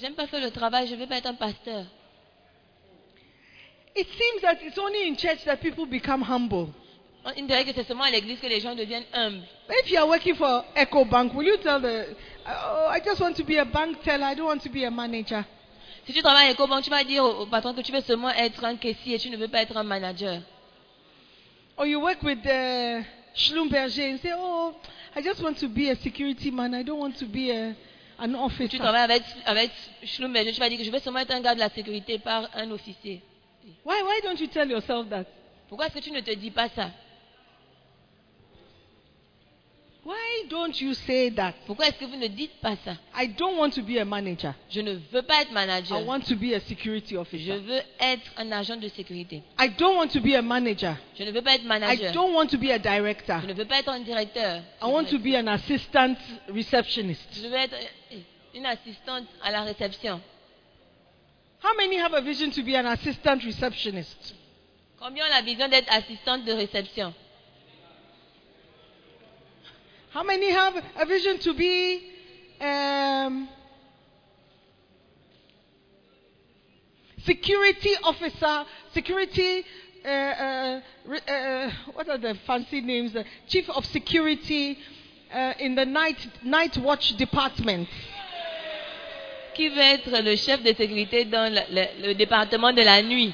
J'aime pas faire le travail, je veux pas être un pasteur.
It seems that it's only in church that people become humble.
On- Il dirait que c'est seulement à l'église que les gens deviennent humbles.
But if you are working for Echo Bank, will you tell the, Oh, I just want to be a bank teller, I don't want to be a manager?
Si tu travailles à Ecobank, tu vas dire au, au patron que tu veux seulement être un caissier, tu ne veux pas être un manager.
Or you work with uh, Schlumberger and say, Oh, I just want to be a security man, I don't want to be a, an
Tu
officer.
travailles avec, avec Schlumberger, tu vas dire que je veux seulement être un gars de la sécurité par un officier.
Why, why don't you tell yourself that?
Pourquoi est-ce que tu ne te dis pas ça
Why don't you say that?
Pourquoi est-ce que vous ne dites pas ça
I don't want to be a manager.
Je ne veux pas être
I
manager.
want to be a security
Je
officer.
veux être un agent de sécurité.
I don't want to be a manager.
Je ne veux pas être
I
manager.
don't want to be a
Je
director.
ne veux pas être un directeur.
I want to be an assistant receptionist.
Je veux être euh, une assistante à la réception.
How many have a vision to be an assistant receptionist?
Combien on a besoin d'être assistante de réception
How many have a vision to be um, security officer, security? Uh, uh, re- uh, what are the fancy names? Uh, Chief of security uh, in the night night watch department.
Qui veut être le chef de sécurité dans le, le- le département de la nuit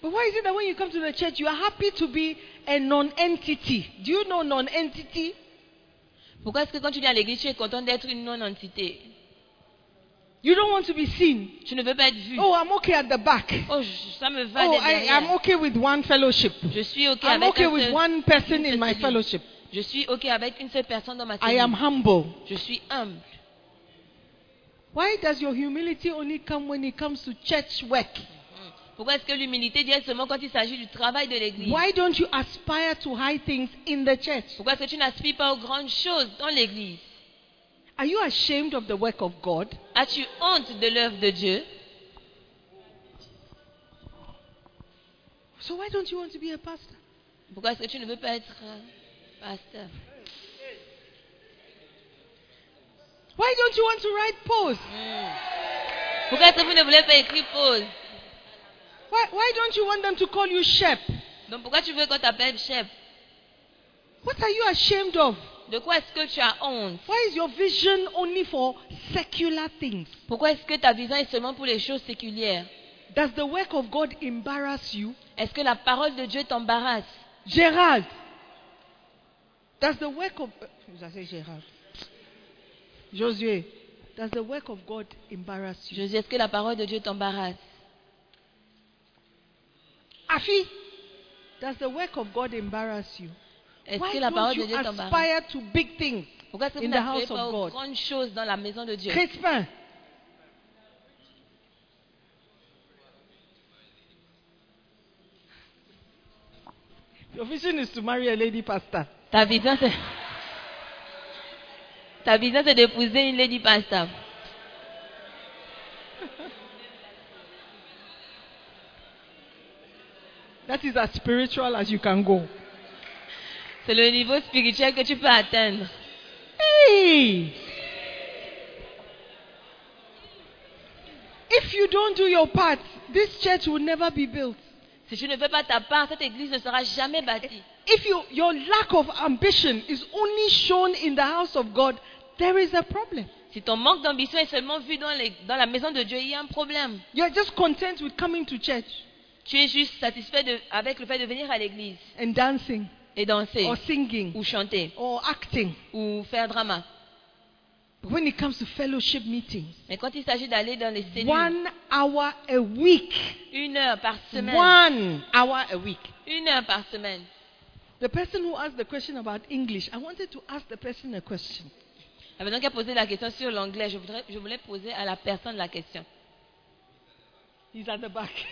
But why is it that when you come to the church, you are happy to be a non-entity? Do you know non-entity?
Pourquoi est-ce que quand tu viens à l'église, tu es content d'être une non-entité
You don't want to be seen.
Tu ne veux pas être vu.
Oh, I'm okay at the back.
Oh, je- ça me va
Oh,
d'être
I,
derrière.
I'm okay with one fellowship.
Je suis OK
I'm
avec
okay
un
with
seul-
one person in my
une seule cellule.
fellowship.
Je suis OK avec une seule personne dans ma
I
cellule.
am humble.
Je suis humble.
Why does your humility only come when it comes to church work?
Pourquoi est-ce que l'humilité vient seulement quand il s'agit du travail de l'église
Why don't you aspire to high things in the church?
Pourquoi est-ce que tu n'aspires pas aux grandes choses dans l'église
Are you ashamed of the work of God?
As-tu honte de l'œuvre de Dieu
So why don't you want to be a pastor?
Pourquoi est-ce que tu ne veux pas être euh, pasteur
Why don't you want to write posts?
Pourquoi est-ce que vous ne voulez pas écrire pause
Why, why don't you want them to call you chef?
Donc pourquoi tu veux qu'on t'appelle chef
What are you ashamed of?
De quoi est-ce que tu as honte
Why is your vision only for secular things?
Pourquoi est-ce que ta vision est seulement pour les choses séculières
Does the work of God embarrass you?
Est-ce que la parole de Dieu t'embarrasse
Gerald, does the work of. uh, I say Gerald. Josué, does the work of God embarrass
Je
you?
dis, est-ce que la parole de Dieu t'embarrasse
Afi, does the work of God embarrass you?
Est-ce
Why
que la parole
don't
de
you
Dieu t'embarrasse
aspire to big things?
Pourquoi est-ce que
in
vous
the
n'aspirez
house of
pas aux
God?
grandes choses dans la maison de Dieu
Crespin, your vision is to marry a lady pastor.
Ta vision, c'est... Ta vision, c'est d'épouser une lady pastor.
That is as spiritual as you can go.
C'est le niveau spirituel que tu peux atteindre.
Hey! If you don't do your part, this church will never be built.
Si tu ne fais pas ta part, cette église ne sera jamais bâtie.
If you, your lack of ambition is only shown in the house of God, there is a problem.
Si ton manque d'ambition est seulement vu dans, les- dans la maison de Dieu, il y a un problème.
You're just content with coming to church
Tu es juste satisfait de- avec le fait de venir à l'église
and dancing
et danser,
or singing
ou chanter,
or acting.
ou faire drama.
But when it comes to fellowship meetings,
Mais quand il s'agit d'aller dans les cellules,
one hour a week.
une heure par semaine,
One hour a week.
une heure par semaine.
The person who asked the question about English, I wanted to ask the person a question.
La personne qui a posé la question sur l'anglais, je, voudrais- je voulais poser à la personne la question.
He's at the back.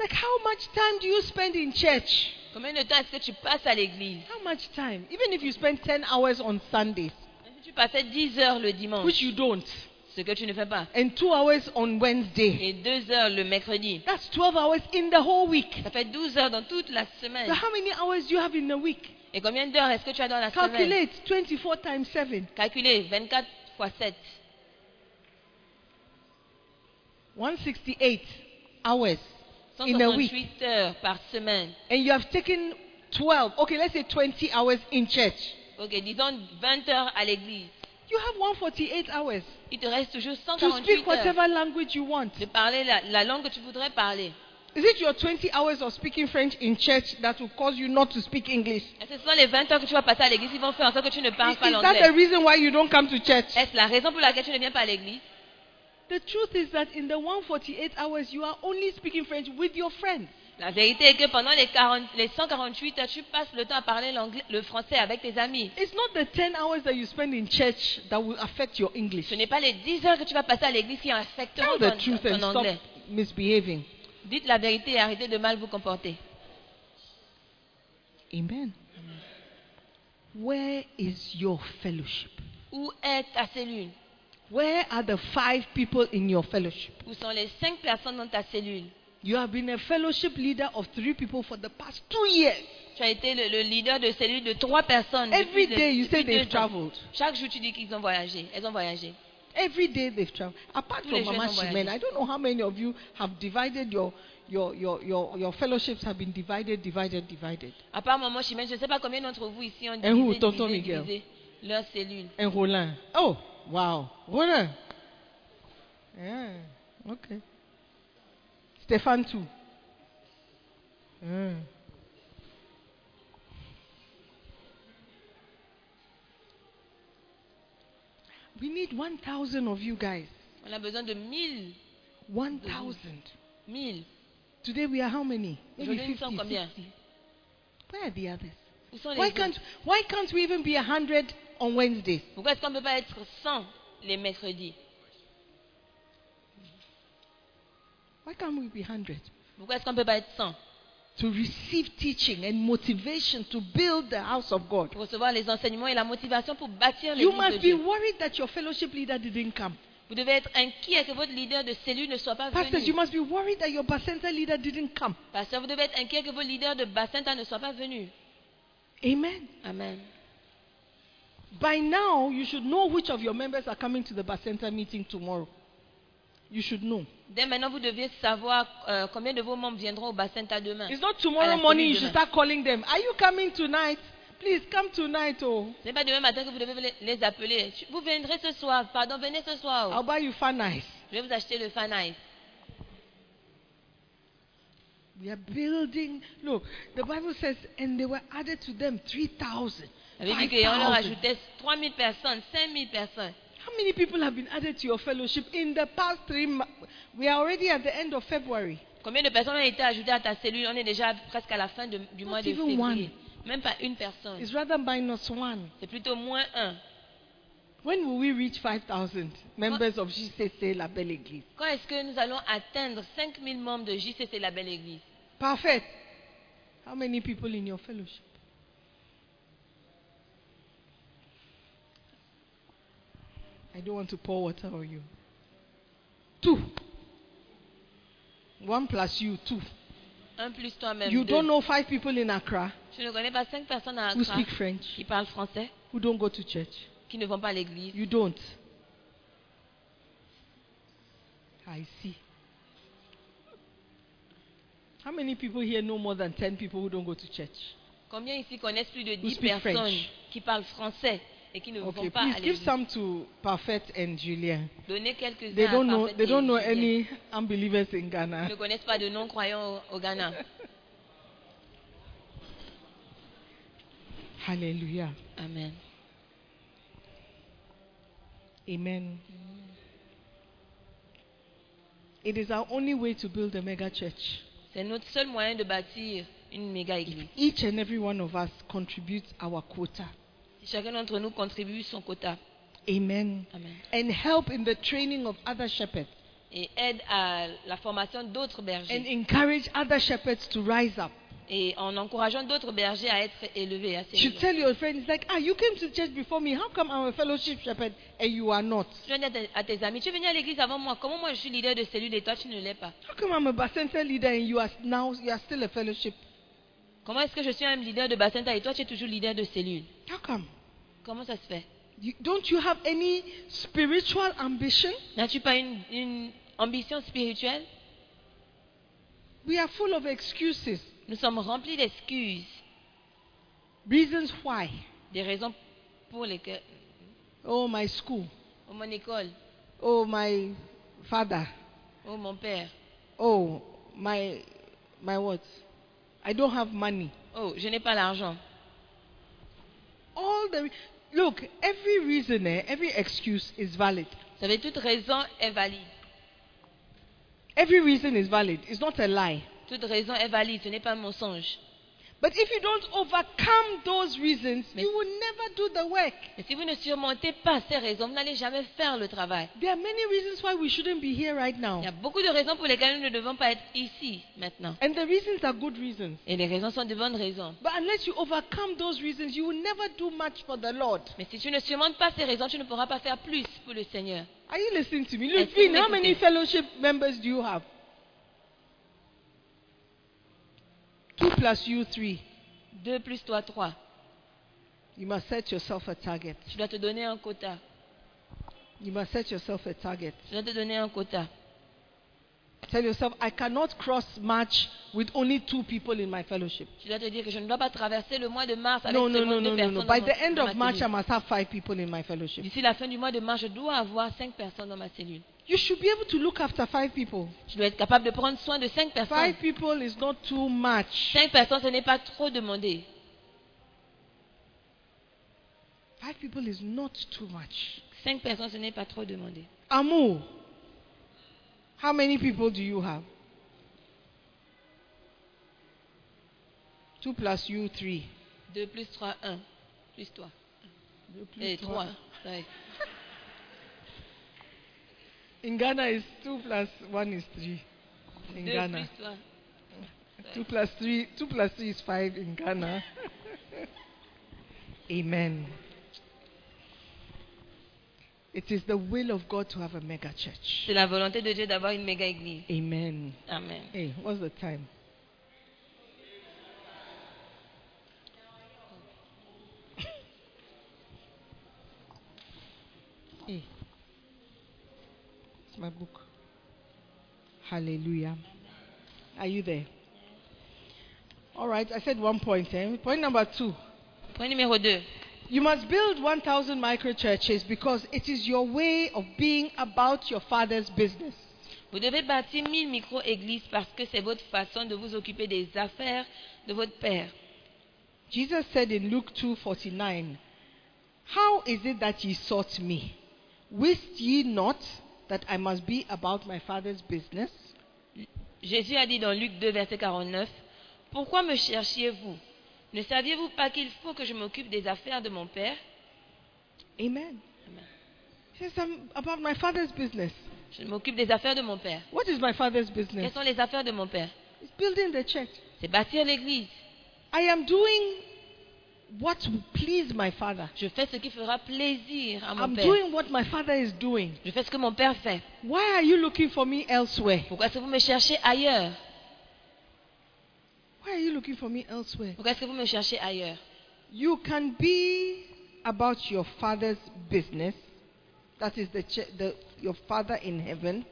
Like, how much time do you spend in church?
Combien de temps est-ce que tu passes à l'église
How much time? Even if you spend 10 hours on Sundays,
Même Si tu passais 10 heures le dimanche,
which you don't,
ce que tu ne fais pas,
and two hours on Wednesday,
et 2 heures le mercredi,
that's 12 hours in the whole week.
ça fait 12 heures dans toute la
So,
semaine.
how many hours do you have in a week?
Et combien d'heures est-ce que tu as dans la semaine
Calculate 24 times 7.
Calculez, 24 fois 7,
168 hours in a week.
168 heures par semaine.
And you have taken 12, okay, let's say 20 hours in church.
Ok, disons 20 heures à l'église.
You have 148 hours
Il te reste toujours
to
148
speak
heures
whatever language you want.
de parler la, la langue que tu voudrais parler.
Is it your 20 hours of speaking French in church that will cause you not to speak English?
Et ce sont les 20 heures que tu vas passer à l'église qui vont faire en sorte que tu ne
I-
parles
Is
pas
that the
l'anglais.
reason why you don't come to church?
Est-ce la raison pour laquelle tu ne viens pas à l'église
The truth is that in the 148 hours, you are only speaking French with your friends.
La vérité est que pendant les, 40 les 148 heures, tu passes le temps à parler l'anglais- le français avec tes amis.
It's not the 10 hours that you spend in church that will affect your English.
Ce n'est pas les 10 heures que tu vas passer à l'église qui affecteront
Tell the
ton,
truth
ton
and stop
anglais.
misbehaving.
Dites la vérité et arrêtez de mal vous comporter.
Amen. Where is your fellowship?
Où est ta cellule
Where are the five people in your fellowship?
Où sont les 5 personnes dans ta cellule
You have been a fellowship leader of three people for the past two years.
Tu as été le, le leader de cellule de 3 personnes.
Every
depuis le-
day you
depuis
say
deux
they've
ans.
traveled.
Chaque jour, tu dis qu'ils ont voyagé. Elles ont voyagé.
Every day they've traveled. Apart
Tous les
from
jeunes
Mama
ont voyagé.
Shimen, I don't know how many of you have divided your, your, your, your, your fellowships have been divided, divided, divided.
À part Maman Chimène, je ne sais pas combien d'entre vous ici ont
Et où,
divisé,
tonton
divisé,
Miguel?
divisé leur cellule.
And Roland. Oh, wow. Roland. Yeah, okay. Stefan too. Yeah. We need 1,000 of you guys.
On a besoin de 1000.
1,000.
1000.
Today we are how many? Maybe
Aujourd'hui, nous
50,
sommes combien
60. Where are the others?
Où sont les
Why
autres?
can't, why can't we even be 100 on Wednesday?
Pourquoi est-ce qu'on ne peut pas être 100 les mercredis
Why can't we be 100?
Pourquoi est-ce qu'on ne peut pas être 100
to receive teaching and motivation to build the house of God.
Pour recevoir les enseignements et la motivation pour bâtir
You
l'église de
must be
Dieu.
worried that your fellowship leader didn't come.
Vous devez être inquiet que votre leader de cellule ne soit pas
Pastors, you
venu.
must be worried that your center leader didn't come.
Pasteur, vous devez être inquiet que vos leaders de Bassinta ne soient pas venus.
Amen.
Amen.
By now, you should know which of your members are coming to the center meeting tomorrow. You should know.
Dès maintenant, vous devez savoir euh, combien de vos membres viendront au Bassinta demain.
It's not
À
tomorrow
la
morning you
cellule
should
demain.
start calling them. Are you coming tonight? Please come tonight. Oh,
Ce n'est pas demain matin que vous devez les- les appeler. Tu- Vous viendrez ce soir. Pardon, venez ce soir.
I'll buy you fan eyes.
Je vais vous acheter le fan ice.
We are building. Look, the Bible says, and they were added to them 3,000.
La Bible dit qu'on leur
5,000.
ajoutait 3000 personnes, 5000 personnes.
How many people have been added to your fellowship in the past three months? We are already at the end of February.
Combien de personnes ont été ajoutées à ta cellule On est déjà presque à la fin de- du
Not
mois de
even
février. Même pas une personne.
It's rather minus one.
C'est plutôt moins un.
When will we reach 5,000 members of GCC La Belle Église?
Quand est-ce que nous allons atteindre 5000 membres de JCC La Belle Église
Perfect. How many people in your fellowship? I don't want to pour water on you. Two. One plus you, two.
Un plus toi-même.
You
deux.
don't know five people in Accra
Je ne connais pas cinq personnes à
who
Accra
speak French,
qui parlent français,
who don't go to church.
qui ne vont pas à l'église.
You don't. I see. How many people here know more than 10 people who don't go to church?
Combien ici connaissent plus de
Who
10
speak
personnes
French.
qui parlent français et qui ne
Okay,
vont pas à
please give
l'église
some to Parfait and Julien.
Donnez quelques-uns
They
à
don't know
Parfait
they
et
don't know
Julien.
any unbelievers in
Ils ne
Ghana.
connaissent pas de non-croyants au, au Ghana.
Hallelujah.
Amen.
Amen. It is our only way to build a mega church.
C'est notre seul moyen de bâtir une méga église.
Each and every one of us contributes our quota.
Chacun d'entre nous contribue son quota.
Amen.
Amen.
And help in the training of other shepherds.
Et aide à la formation d'autres bergers.
And encourage other shepherds to rise up.
et en encourageant d'autres bergers à être élevés à ces
You
niveaux.
tell your friends, like, ah, you came to church before me. How come I'm a fellowship shepherd and you are not?
Tu viens à tes- à tes amis, tu es venu à l'église avant moi. Comment moi je suis leader de cellule et toi tu ne l'es pas
How come I'm a Basenta leader and you are now you are still a fellowship?
Comment est-ce que je suis un leader de Bacenta et toi tu es toujours leader de cellule
How come?
Comment ça se fait
You, don't you have any spiritual ambition?
N'as-tu pas une, une ambition spirituelle
We are full of excuses,
Nous sommes remplis d'excuses,
reasons why.
des raisons pour lesquelles.
Oh, my school.
Oh mon école,
Oh, my father.
oh mon père,
Oh, my my what? I don't have money.
oh je n'ai pas l'argent.
All the look, every reason, eh, every excuse is valid.
Vous savez, toute raison est valide.
Every reason is valid. It's not a lie.
Toute raison est valide, ce n'est pas un mensonge.
But if you don't overcome those reasons,
Mais-
you will never do the work.
Mais si vous ne surmontez pas ces raisons, vous n'allez jamais faire le travail.
There are many reasons why we shouldn't be here right
Il y a
now.
beaucoup de raisons pour lesquelles nous ne devons pas être ici maintenant.
And the reasons are good reasons.
Et les raisons sont de bonnes raisons.
But unless you overcome those reasons, you will never do much for the Lord.
Mais si tu ne surmontes pas ces raisons, tu ne pourras pas faire plus pour le Seigneur.
Are you listening to me?
Yes,
Lupin,
I'm
how many
listening.
fellowship members do you have? Two plus you, three.
2 plus toi, 3.
You must set yourself a target.
Tu dois te donner un quota.
You must set yourself a target.
Tu dois te donner un quota.
Tell yourself, I cannot cross match with only two people in my fellowship.
Tu dois te dire que je ne dois pas traverser le mois de mars avec
No, no,
seulement
no, no, no,
deux personnes.
no.
dans
By
mon-
the end
dans ma
of March, I
cellule.
must have five people in my fellowship.
D'ici la fin du mois de mars, je dois avoir 5 personnes dans ma cellule.
You should be able to look after five people.
Je dois être capable de prendre soin de 5 personnes.
Five people is not too much.
5 personnes, ce n'est pas trop demandé.
Five people is not too much.
5 personnes, ce n'est pas trop demandé.
Amu, how many people do you have? Two plus you, three.
2 plus 3, 1. Plus toi. Et 3.
Trois. In Ghana, is two plus one is three. In
2
Ghana.
plus toi.
Two plus three. Two plus three is five in Ghana. Amen. It is the will of God to have a mega church.
C'est la volonté de Dieu d'avoir une méga église.
Amen.
Amen.
Hey, what's the time? hey, it's my book. Hallelujah. Are you there? All right, I said one point. Eh? Point number two.
Point numéro 2.
You must build 1,000 micro churches because it is your way of being about your father's business.
Vous devez bâtir 1000 micro-églises parce que c'est votre façon de vous occuper des affaires de votre Père.
Jesus said in Luke 2:49, "How is it that ye sought me? Wist ye not that I must be about my father's business?"
Jésus a dit dans Luc 2, verset 49, Pourquoi me cherchiez-vous Ne saviez-vous pas qu'il faut que je m'occupe des affaires de mon Père
Amen.
Amen.
He says, "I'm about my father's business."
Je m'occupe des affaires de mon Père.
What is my father's
Quelles
business?
sont les affaires de mon Père
It's building the church.
C'est bâtir l'église.
I am doing what will please my father.
Je fais ce qui fera plaisir à mon
I'm
Père.
doing what my father is doing.
Je fais ce que mon Père fait.
Why are you looking for me elsewhere?
Pourquoi est-ce que vous me cherchez ailleurs
Why are you looking for me elsewhere?
Pourquoi est-ce que vous me cherchez ailleurs
You can be about your father's business, that is the, ch- the your father in heaven,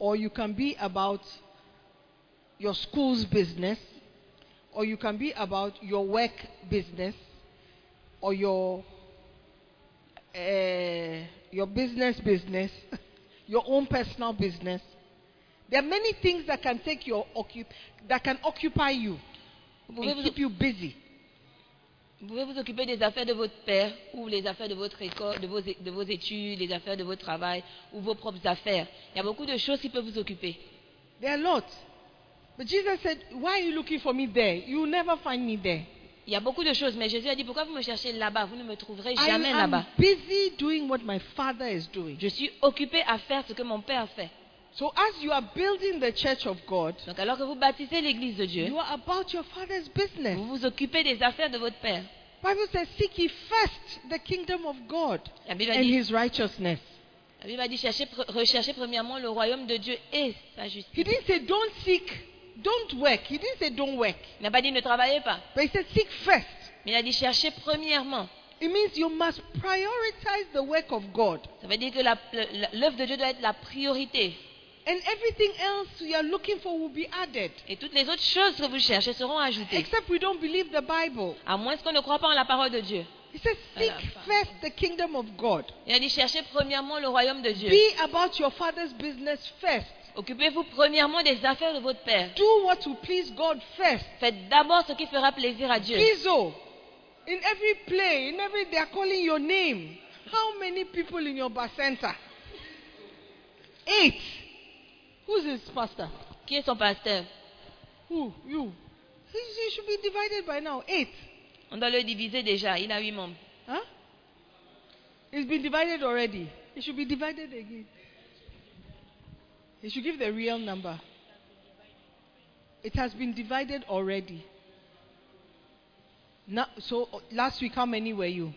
or you can be about your school's business, or you can be about your work business, or your eh, your business business, your own personal business. There are many things that can take your occup- that can occupy you
Vous pouvez
and
vous,
keep you busy.
vous pouvez vous occuper des affaires de votre père ou les affaires de votre école, de vos, é- de vos études, les affaires de votre travail ou vos propres affaires. Il y a beaucoup de choses qui peuvent vous occuper.
There are lots. But Jesus said, Why are you looking for me there? You will never find me there.
Il y a beaucoup de choses, mais Jésus a dit, pourquoi vous me cherchez là-bas Vous ne me trouverez
I
jamais
am
là-bas.
busy doing what my father is doing.
Je suis occupé à faire ce que mon père fait.
So as you are building the church of God,
Donc alors que vous baptisez l'église de Dieu,
you are about your father's
vous
business.
vous occupez des affaires de votre père.
Bible says, Seek ye first the kingdom of God
La Bible a
and
dit,
his righteousness.
la Bible a dit cherchez, pre- recherchez premièrement le royaume de Dieu et sa
He
justice.
didn't say don't seek, don't work. He didn't say don't work.
Il n'a pas dit ne travaillez pas,
But he said seek first.
mais il a dit cherchez premièrement.
It means you must prioritize the work of God.
Ça veut dire que la- le- le- l'œuvre de Dieu doit être la priorité.
And everything else you are looking for will be added.
Et toutes les autres choses que vous cherchez seront ajoutées.
Except we don't believe the Bible.
À moins qu'on ne croit pas en la parole de Dieu.
He says, Seek
Voilà, enfin.
first the kingdom of God.
Il a dit cherchez premièrement le royaume de Dieu.
Be about your father's business first.
Occupez-vous premièrement des affaires de votre Père.
Do what will please God first.
Faites d'abord ce qui fera plaisir à Dieu.
Pizzo, in every play, in every they are calling your name. How many people in your bar center? Eight. Who's this pastor?
Qui est son pasteur
Who? You. You you should be divided by now. Eight.
On doit le diviser déjà. Il a huit membres.
Huh? It's been divided already. It should be divided again. It should give the real number. It has been divided already. Now, so uh, last week, how many were you?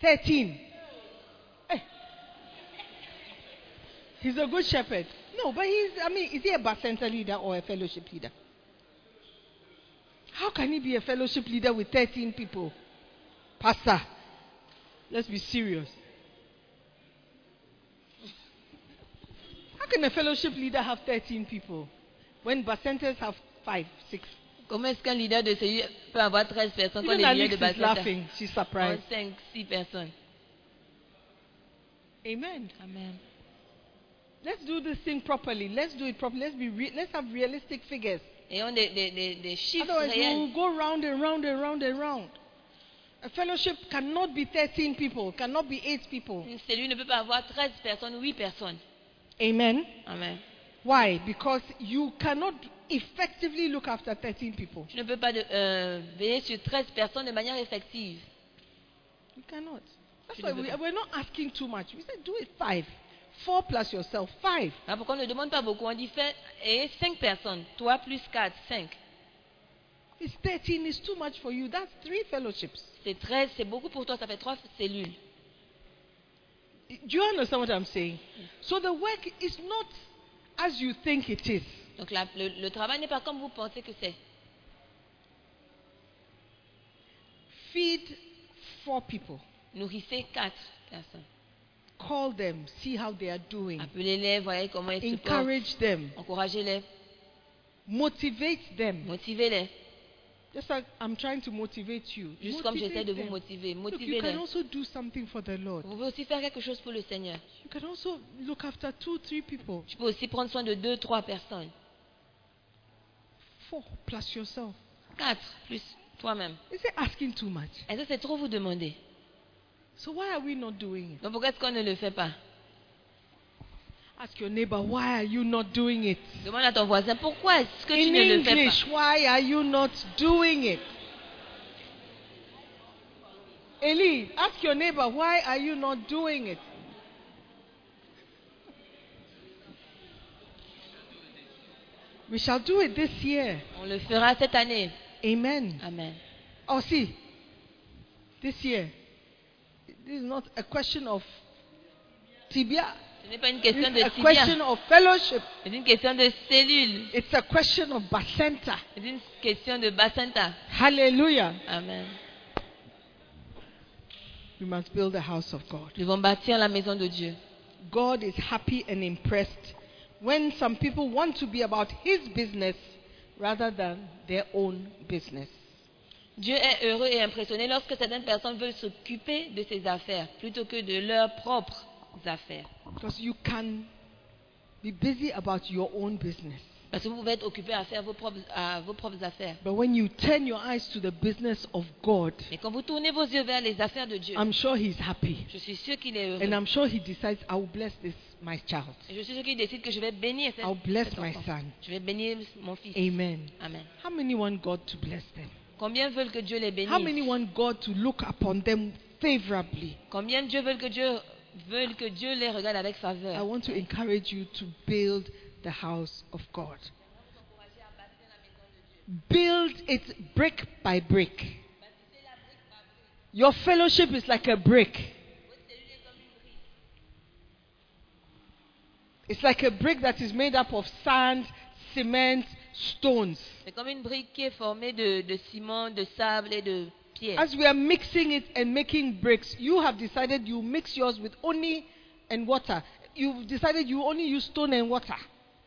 13. Eh. He's a good shepherd. No, but he's, I mean, is he a bar center leader or a fellowship leader? How can he be a fellowship leader with 13 people? Pastor, let's be serious. How can a fellowship leader have 13 people when bar centers have 5, 6?
Comment est-ce qu'un leader de CIU peut avoir 13 personnes quand
Even
les leaders
Alex
de
is
baptême
laughing. She's
ont
surprised.
5, 6 personnes
Amen.
Amen.
Let's do this thing properly. Let's do it properly. Let's, be re- let's have realistic figures.
Et ont des, des, des, des chiffres
Otherwise, we
réels.
will go round and round and round and round. A fellowship cannot be 13 people, cannot be 8 people.
Une cellule ne peut pas avoir 13 personnes, 8 personnes.
Amen.
Amen.
Why? Because you cannot effectively look after 13 people.
Tu ne peux pas de- euh, veiller sur 13 personnes de manière effective.
You cannot. That's
Tu
why
ne peux
we,
pas.
we're not asking too much. We said do it five. Four plus yourself, five.
Ah, pourquoi on ne demande pas beaucoup On dit fais, et 5 personnes. Toi plus 4, 5.
It's 13 is too much for you. That's three fellowships.
C'est 13, c'est beaucoup pour toi, ça fait 3 cellules.
Do you understand what I'm saying? So the work is not as you think it is.
Donc la- le, le travail n'est pas comme vous pensez que c'est.
Feed four people,
Nourrissez 4 personnes.
call them, see how they are doing,
Appelez-les, voyez comment ils se portent.
encourage them,
Encouragez-les,
motivate them.
motivez-les.
Just like I'm trying to motivate you.
Juste comme j'essaie de vous
them.
motiver,
Look, you can
motivez-les.
also do something for the Lord.
Vous pouvez aussi faire quelque chose pour le Seigneur.
You can also look after two, three people.
Tu peux aussi prendre soin de deux, trois personnes.
Four plus yourself.
Quatre, plus toi-même.
Is it asking too much?
Est-ce que c'est trop vous demander
So why are we not doing it?
Donc pourquoi est-ce qu'on ne le fait pas
Ask your neighbor, why are you not doing it?
Demande à ton voisin, pourquoi est-ce que tu
In
ne le fais
English,
pas
why are you not doing it? Eli, ask your neighbor, why are you not doing it? We shall do it this year.
On le fera cette année.
Amen.
Amen.
Oh, see, this year, this is not a question of tibia.
Ce n'est pas une question de
It's a
tibia,
question of fellowship.
c'est une question de cellule,
It's a question of basenta.
c'est une question de basanta.
Hallelujah.
Amen.
We must build the house of God.
Nous devons bâtir la maison de Dieu.
God is happy and impressed when some people want to be about his business rather than their own business.
Dieu est heureux et impressionné lorsque certaines personnes veulent s'occuper de ses affaires plutôt que de leurs propres affaires.
Because you can be busy about your own business.
Parce que vous pouvez être occupé à faire vos propres, à vos propres affaires.
But when you turn your eyes to the business of God,
Mais quand vous tournez vos yeux vers les affaires de Dieu,
I'm sure he's happy.
je suis sûr qu'il est heureux.
And I'm sure he decides, I will bless this, my child.
Et je suis sûr qu'il décide que je vais bénir cette-
I'll bless
cet
my
enfant.
son.
Je vais bénir mon fils.
Amen.
Amen.
How many want God to bless them?
Combien veulent que Dieu les bénisse
How many want God to look upon them favorably?
Combien de Dieu veulent que Dieu veulent que Dieu les regarde avec
I
faveur
want to encourage you to build the house of God. Build it brick by brick. Your fellowship is like a brick. It's like a brick that is made up of sand, cement, stones.
C'est comme une brique qui est formée de, de ciment, de sable et de pierre.
As we are mixing it and making bricks, you have decided you mix yours with only and water. You've decided you only use stone and water.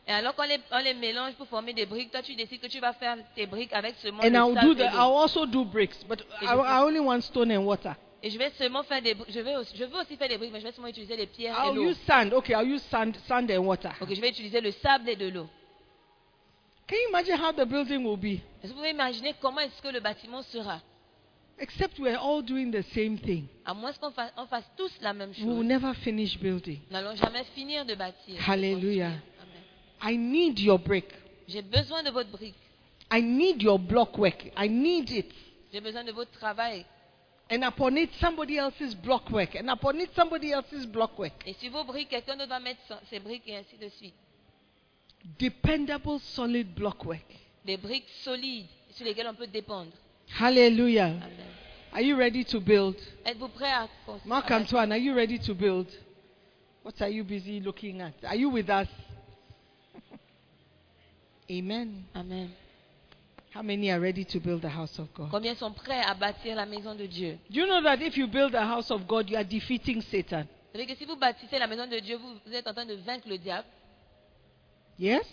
Et alors qu'on les, on les mélange pour former des briques, toi tu décides que tu vas faire tes briques avec seulement
and
le ah
I'll
sable
do
et
the,
l'eau.
I'll also do bricks, but I, I only want stone and water.
Et je vais seulement faire des briques. Je, vais aussi- je veux aussi faire des briques, mais je vais seulement utiliser les pierres et
I'll
l'eau.
use sand. Okay, I'll use sand, sand and water.
Ok, je vais utiliser le sable et de l'eau.
Can you imagine how the building will be?
Est-ce que vous pouvez imaginer comment est-ce que le bâtiment sera
Except we're all doing the same thing.
À moins qu'on fasse, on fasse tous la même
We will
chose.
never finish building.
Nous n'allons jamais finir de bâtir.
Hallelujah.
Amen.
I need your brick.
J'ai besoin de votre brique.
I need your block work. I need it.
J'ai besoin de votre travail.
And upon it, somebody else's block work. And upon it, somebody else's block work.
Et sur vos briques, quelqu'un d'autre va mettre son- ses briques et ainsi de suite.
Dependable, solid block work.
Des briques solides sur lesquelles on peut dépendre.
Hallelujah.
Amen.
Are you ready to build?
Êtes-vous prêt à construire
Mark Antoine, are you ready to build? What are you busy looking at? Are you with us? Amen.
Amen.
How many are ready to build the house of God?
Combien sont prêts à bâtir la maison de Dieu
Do you know that if you build the house of God, you are defeating Satan?
Vous savez que si vous bâtissez la maison de Dieu, vous, vous êtes en train de vaincre le diable.
Yes?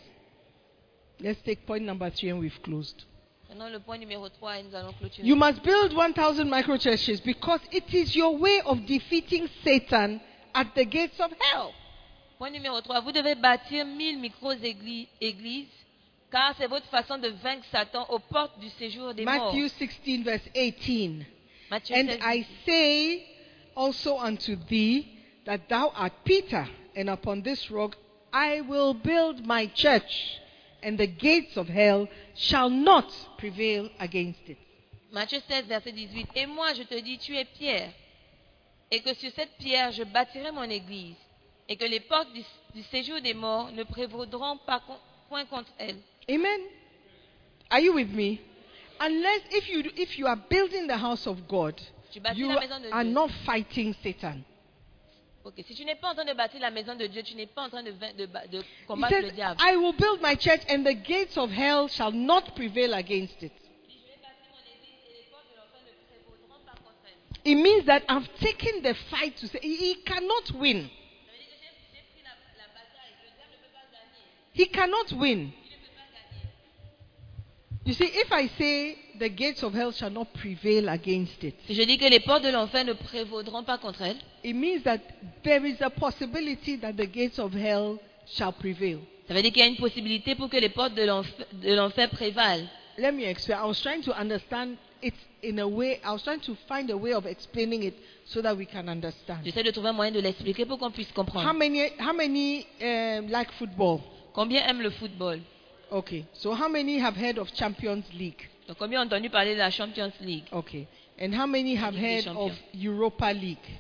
Let's take point number three and we've closed.
Maintenant, le point numéro 3 et nous allons clôturer.
You must build 1,000 microchurches because it is your way of defeating Satan at the gates of hell.
Point numéro 3. Vous devez bâtir 1000 micro-églises, églises, car c'est votre façon de vaincre Satan aux portes du séjour des
Matthew
morts.
16, verse 18.
Matthieu
And
16.
I say also unto thee that thou art Peter, and upon this rock I will build my church, and the gates of hell shall not prevail against it.
Matthieu 16, verset 18. Et moi, je te dis, tu es pierre, et que sur cette pierre, je bâtirai mon église, et que les portes du, du séjour des morts ne prévaudront pas con- point contre elle.
Amen. Are you with me? Unless if you if you are building the house of God,
Tu bâtis
you
la maison de
are
Dieu.
not fighting Satan.
Ok, Si tu n'es pas en train de bâtir la maison de Dieu, tu n'es pas en train de, vain- de ba- de
He
combattre le
says,
diable.
I will build my church, and the gates of hell shall not prevail against it. It means that I've taken the fight to say he he cannot win. He cannot win. You see, if I say the gates of hell shall not prevail against it,
Si je dis que les portes de l'enfer ne prévaudront pas contre elle,
it means that there is a possibility that the gates of hell shall prevail.
ça veut dire qu'il y a une possibilité pour que les portes de l'enfer- de l'enfer prévalent.
Let me explain. I was trying to understand it in a way, I was trying to find a way of explaining it so that we can understand.
J'essaie de trouver un moyen de l'expliquer pour qu'on puisse
How
comprendre.
many, how many um, like football?
Combien aiment le football
Okay. So how many have heard of Champions League?
Donc, combien ont entendu parler de la Champions League
Okay. And how many have
League
heard
des
of
Champions.
Europa League?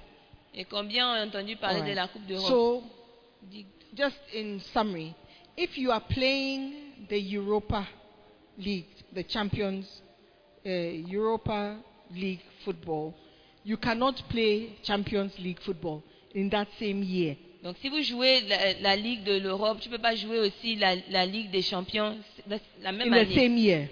Et combien ont entendu parler
Alright.
de la Coupe d'Europe
So
Dites-
just in summary, if you are playing the Europa League, the Champions uh, Europa League football, you cannot play Champions League football in that same year.
Donc si vous jouez la, la Ligue de l'Europe, tu ne peux pas jouer aussi la, la Ligue des champions c'est la, la même
in the
année.
same year.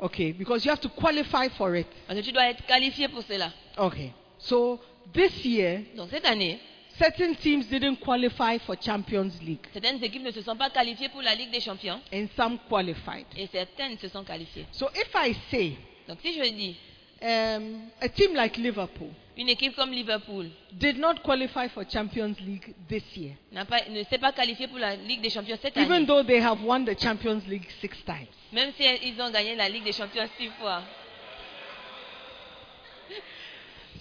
Okay, because you have to qualify for it.
Parce que tu dois être qualifié pour cela.
Okay. So this year,
Donc cette année,
certain teams didn't qualify for Champions League,
certaines équipes ne se sont pas qualifiées pour la Ligue des champions
and some qualified.
et certaines se sont qualifiées.
So if I say
Donc si je dis,
um, a team like Liverpool
une équipe comme Liverpool
did not qualify for Champions League this year,
n'a pas- ne s'est pas qualifiée pour la Ligue des champions cette
even
année,
though they have won the Champions League six times,
même si ils ont gagné la Ligue des champions six fois,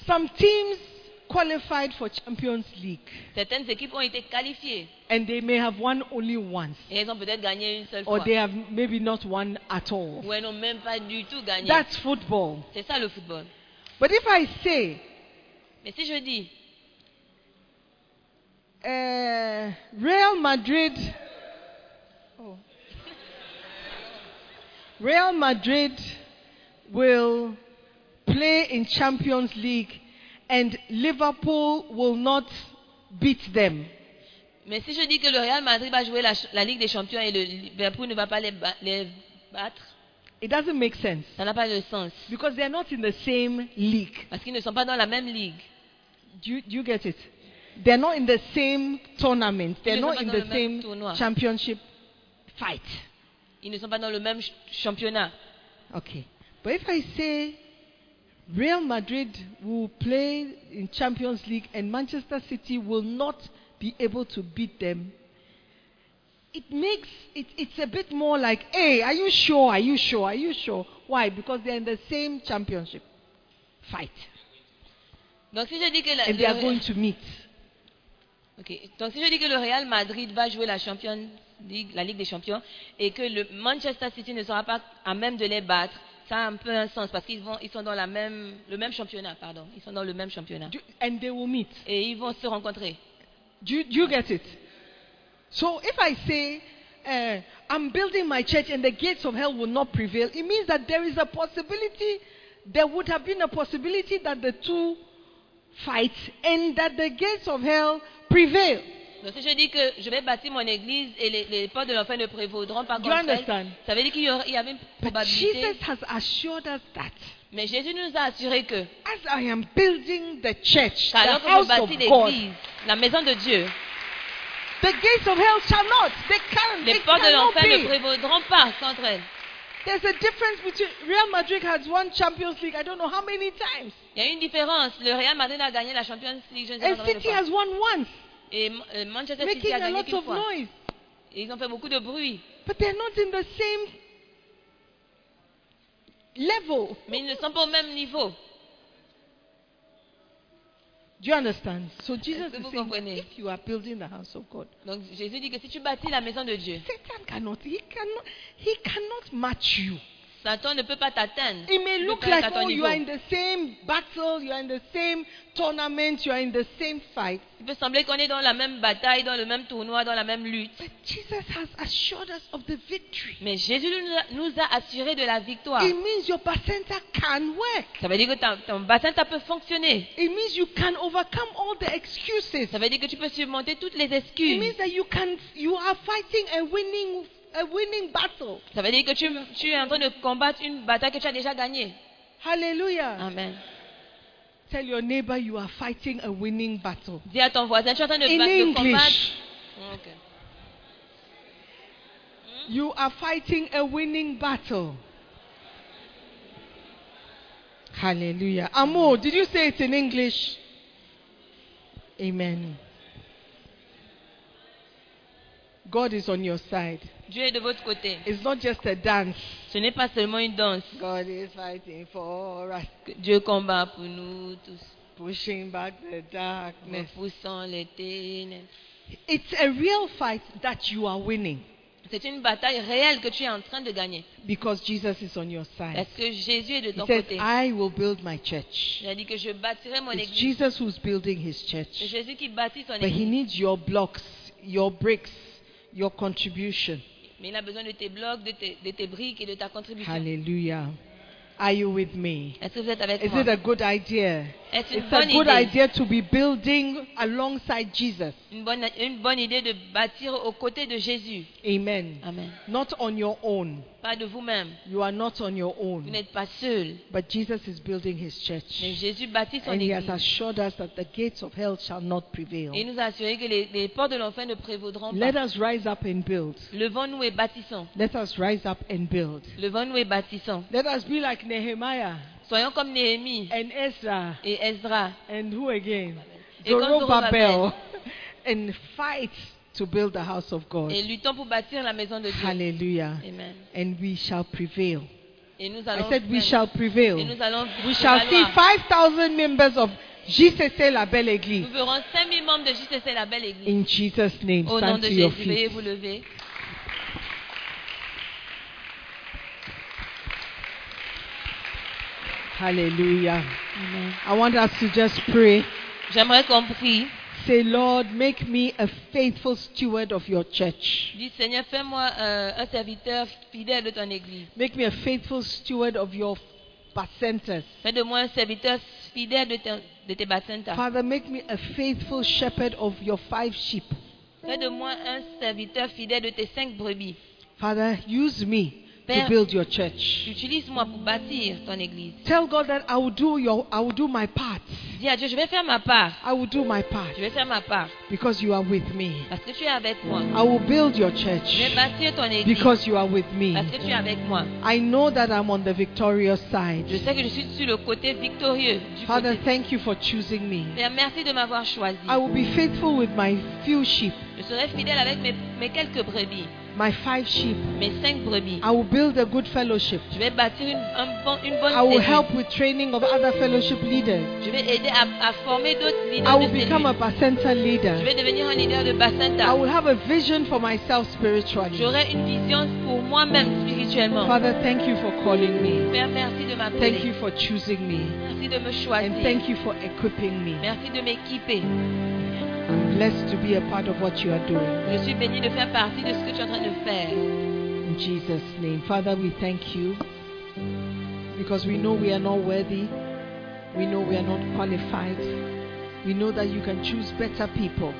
some teams qualified for Champions League
certaines équipes ont été qualifiées
and they may have won only once,
et elles ont peut-être gagné une seule
or
fois.
they have maybe not won at all.
Ou elles n'ont même pas du tout gagné.
That's football.
C'est ça le football.
But if I say
Mais si je dis,
uh, Real Madrid, oh. Real Madrid will play in Champions League, and Liverpool will not beat them.
mais si je dis que le Real Madrid va jouer la, ch- la Ligue des champions et le Liverpool ne va pas les, ba- les battre,
It doesn't make sense
ça n'a pas de sens.
because they are not in the same league.
Parce qu'ils ne sont pas dans la même ligue.
Do you, do you get it? They're not in the same tournament. They're
Ils ne
not
sont
in
pas dans
the
le même
same
tournoi.
championship fight.
Ils ne sont pas dans le même ch- championnat.
Okay. But if I say Real Madrid will play in Champions League and Manchester City will not be able to beat them, it makes it, it's a bit more like, hey, are you sure? Are you sure? Are you sure? Why? Because they're in the same championship fight
Donc si je dis que la-
and they are going to meet.
Ok. Donc si je dis que le Real Madrid va jouer la Champions League, la Ligue des Champions, et que le Manchester City ne sera pas à même de les battre, ça a un peu un sens parce qu'ils vont, ils sont dans la même, le même championnat, pardon. Ils sont dans le même championnat.
Do- and they will meet.
Et ils vont se rencontrer.
Do you, do you get it? So if I say, uh, I'm building my church and the gates of hell will not prevail, it means that there is a possibility, there would have been a possibility that the two fight and that the gates of hell prevail.
Donc si je dis que je vais bâtir mon église et les, les portes de l'enfer ne prévaudront pas
You
contre elle,
understand?
ça veut dire qu'il y, aura- il y avait une
But Jesus
probabilité.
has assured us that
Mais Jésus nous a assuré que,
as I am building the church, the
alors que je
house of
bâtis
God,
l'église, la maison de Dieu,
the gates of hell shall not, they can't,
les
it
portes de
cannot
l'enfer ne
be.
prévaudront pas contre elle.
There's a difference between Real Madrid has won Champions League, I don't know how many times.
Il y a une différence. Le Real Madrid a gagné la Champions League. Je ne sais
And
pas combien de
City
fois.
has won once,
Et euh, Manchester City
making
a
a
gagné
lot
qu'une
of
fois.
noise.
Et ils ont fait beaucoup de bruit.
But they're not in the same level.
Mais ils ne sont pas au même niveau.
Do you understand? So Jesus
Est-ce que
is
vous
saying,
comprenez?
if you are building the house of God,
Donc Jésus dit que si tu bâtis la maison de Dieu,
Satan cannot, he cannot, he cannot match you.
Satan ne peut pas t'atteindre.
It may
Il
look
peut pas être
like,
à ton
oh, you
niveau.
are in the same battle, you are in the same tournament, you are in the same fight.
Il peut sembler qu'on est dans la même bataille, dans le même tournoi, dans la même lutte.
But Jesus has assured us of the victory.
Mais Jésus nous a, nous a assuré de la victoire.
It means your placenta can work.
Ça veut dire que ton, ton bassin, ça peut fonctionner.
It means you can overcome all the excuses.
Ça veut dire que tu peux surmonter toutes les
It
excuses.
means that you can you are fighting a winning a winning battle.
Ça veut dire que tu, tu es en train de combattre une bataille que tu as déjà gagnée.
Hallelujah.
Amen.
Tell your neighbor you are fighting a winning battle.
Dis à ton voisin, tu es en train de,
In
ba- de combattre.
English,
Ok.
you are fighting a winning battle. Hallelujah. Amo, did you say it in English? Amen. God is on your side.
Dieu est de votre côté.
It's not just a dance.
Ce n'est pas seulement une danse.
God is fighting for us,
que Dieu combat pour nous tous,
pushing back the darkness.
repoussant les ténèbres.
It's a real fight that you are winning
C'est une bataille réelle que tu es en train de gagner.
because Jesus is on your side.
Parce que Jésus est de
He
ton
says,
côté.
I will build my church.
Il a dit que je bâtirai mon
It's
église.
Jesus who's building his
C'est
church.
Jésus qui bâtit son
But he
église.
needs your blocks, your bricks, your contribution.
Mais il a besoin de tes blocs, de tes, de tes briques et de ta contribution.
Hallelujah. Are you with me?
Est-ce que vous êtes avec
Is
moi
it a good idea?
est une
It's a
bonne
good
idée.
idea to be building alongside Jesus.
Une bonne, une bonne idée de bâtir aux côtés de Jésus.
Amen.
Amen.
Not on your own.
Pas de vous-même.
You are not on your
Vous
own.
n'êtes pas seul.
But Jesus is building his
Mais
church.
Jésus bâtit son
And he has
église.
assured us that the gates of hell shall not prevail.
Et il nous a assuré que les, les portes de l'enfer ne prévaudront
Let
pas.
us rise up and build.
Levons-nous et bâtissons.
Let us rise up and build.
Levons-nous et bâtissons.
Let us be like Nehemiah
Soyons comme Néhémie
and Ezra
et Ezra.
and who again?
Et comme
Zerubbabel.
Zerubbabel.
And fight to build the house of God.
Et luttons pour bâtir la maison de Dieu.
Hallelujah.
Amen.
And we shall prevail.
Et nous allons.
I said we
faire-
shall prevail.
Et nous allons
We shall see
valoir.
5,000 members of JCC La Belle
Nous
Église.
verrons 5000 membres de JCC, la belle église.
In Jesus' name,
Au nom
stand
de
to your
Jésus, veuillez
feet.
vous lever.
Hallelujah. I want us to just pray.
J'aimerais qu'on prie.
Say, Lord, make me a faithful steward of your church.
Dis Seigneur, fais-moi euh, un serviteur fidèle de ton église.
Make me a faithful steward of your percenters.
Fais de moi un serviteur fidèle de, ton- de tes bassins.
Father, make me a faithful shepherd of your five sheep.
Fais de moi un serviteur fidèle de tes cinq brebis.
Father, use me to
Père.
build your church.
Utilise-moi pour bâtir ton église.
Tell God that I will do your I will do my part.
Dis à Dieu, je vais faire ma part.
I will do my part
Je vais faire ma part
because you are with me.
parce que tu es avec moi.
I will build your
Je vais
church
bâtir ton église
because you are with
parce que
me.
tu es avec moi.
I know that I'm on the victorious
Je
side.
sais que je suis sur le côté victorieux du
Father,
côté.
thank you for choosing me.
Père, merci de m'avoir choisi.
I will be faithful with my few sheep,
Je serai fidèle avec mes, mes quelques brebis,
my five sheep.
mes cinq brebis.
I will build a good fellowship.
Je vais bâtir une, un bon- une bonne
I will
cellule.
help with training of other fellowship leaders.
Je vais aider à, à former d'autres
I
leaders de
will become a
cellules.
percenter
Je
leader.
vais devenir un leader de bassin
I
tard.
will have a vision for myself spiritually.
J'aurai une vision pour moi-même spirituellement.
Father, thank you for calling me.
Père, merci de
Thank you
m'appeler.
for choosing me.
Merci de me
And
choisir.
thank you for equipping me.
Merci de m'équiper.
I'm blessed to be a part of what you are doing.
Je suis bénie de faire partie de ce que tu es en train de faire.
In Jesus' name. Father, we thank you because we know we are not worthy. We know we are not qualified. We know that you can choose better people.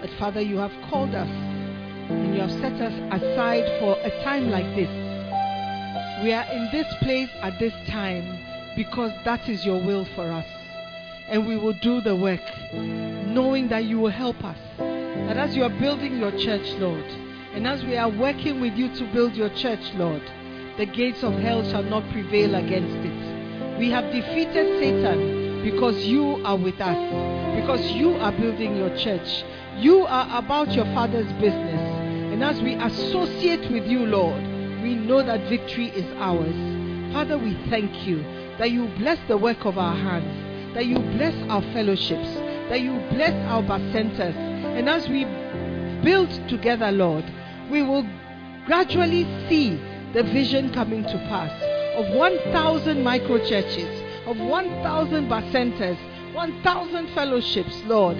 But Father, you have called us and you have set us aside for a time like this. We are in this place at this time because that is your will for us. And we will do the work, knowing that you will help us. That as you are building your church, Lord, and as we are working with you to build your church, Lord, the gates of hell shall not prevail against it. We have defeated Satan because you are with us, because you are building your church. You are about your Father's business. And as we associate with you, Lord, we know that victory is ours. Father, we thank you that you bless the work of our hands, that you bless our fellowships, that you bless our centers. And as we build together, Lord, we will gradually see the vision coming to pass of 1,000 micro churches, of 1,000 bar centers, 1,000 fellowships, Lord.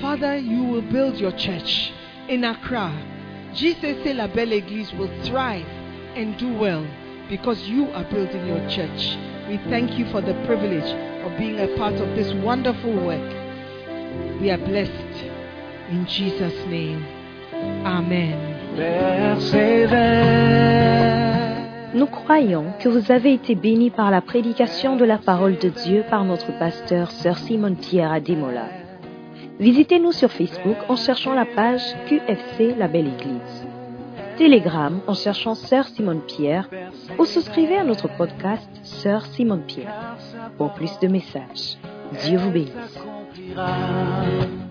Father, you will build your church in Accra. GCC La Belle Église will thrive and do well because you are building your church. We thank you for the privilege of being a part of this wonderful work. We are blessed in Jesus' name. Amen.
Vers ses rêves.
Nous croyons que vous avez été bénis par la prédication de la parole de Dieu par notre pasteur, Sœur Simone Pierre Adémola. Visitez-nous sur Facebook en cherchant la page QFC La Belle Église. Telegram en cherchant Sœur Simone Pierre ou souscrivez à notre podcast Sœur Simone Pierre pour plus de messages. Dieu vous bénisse.
s'accomplira.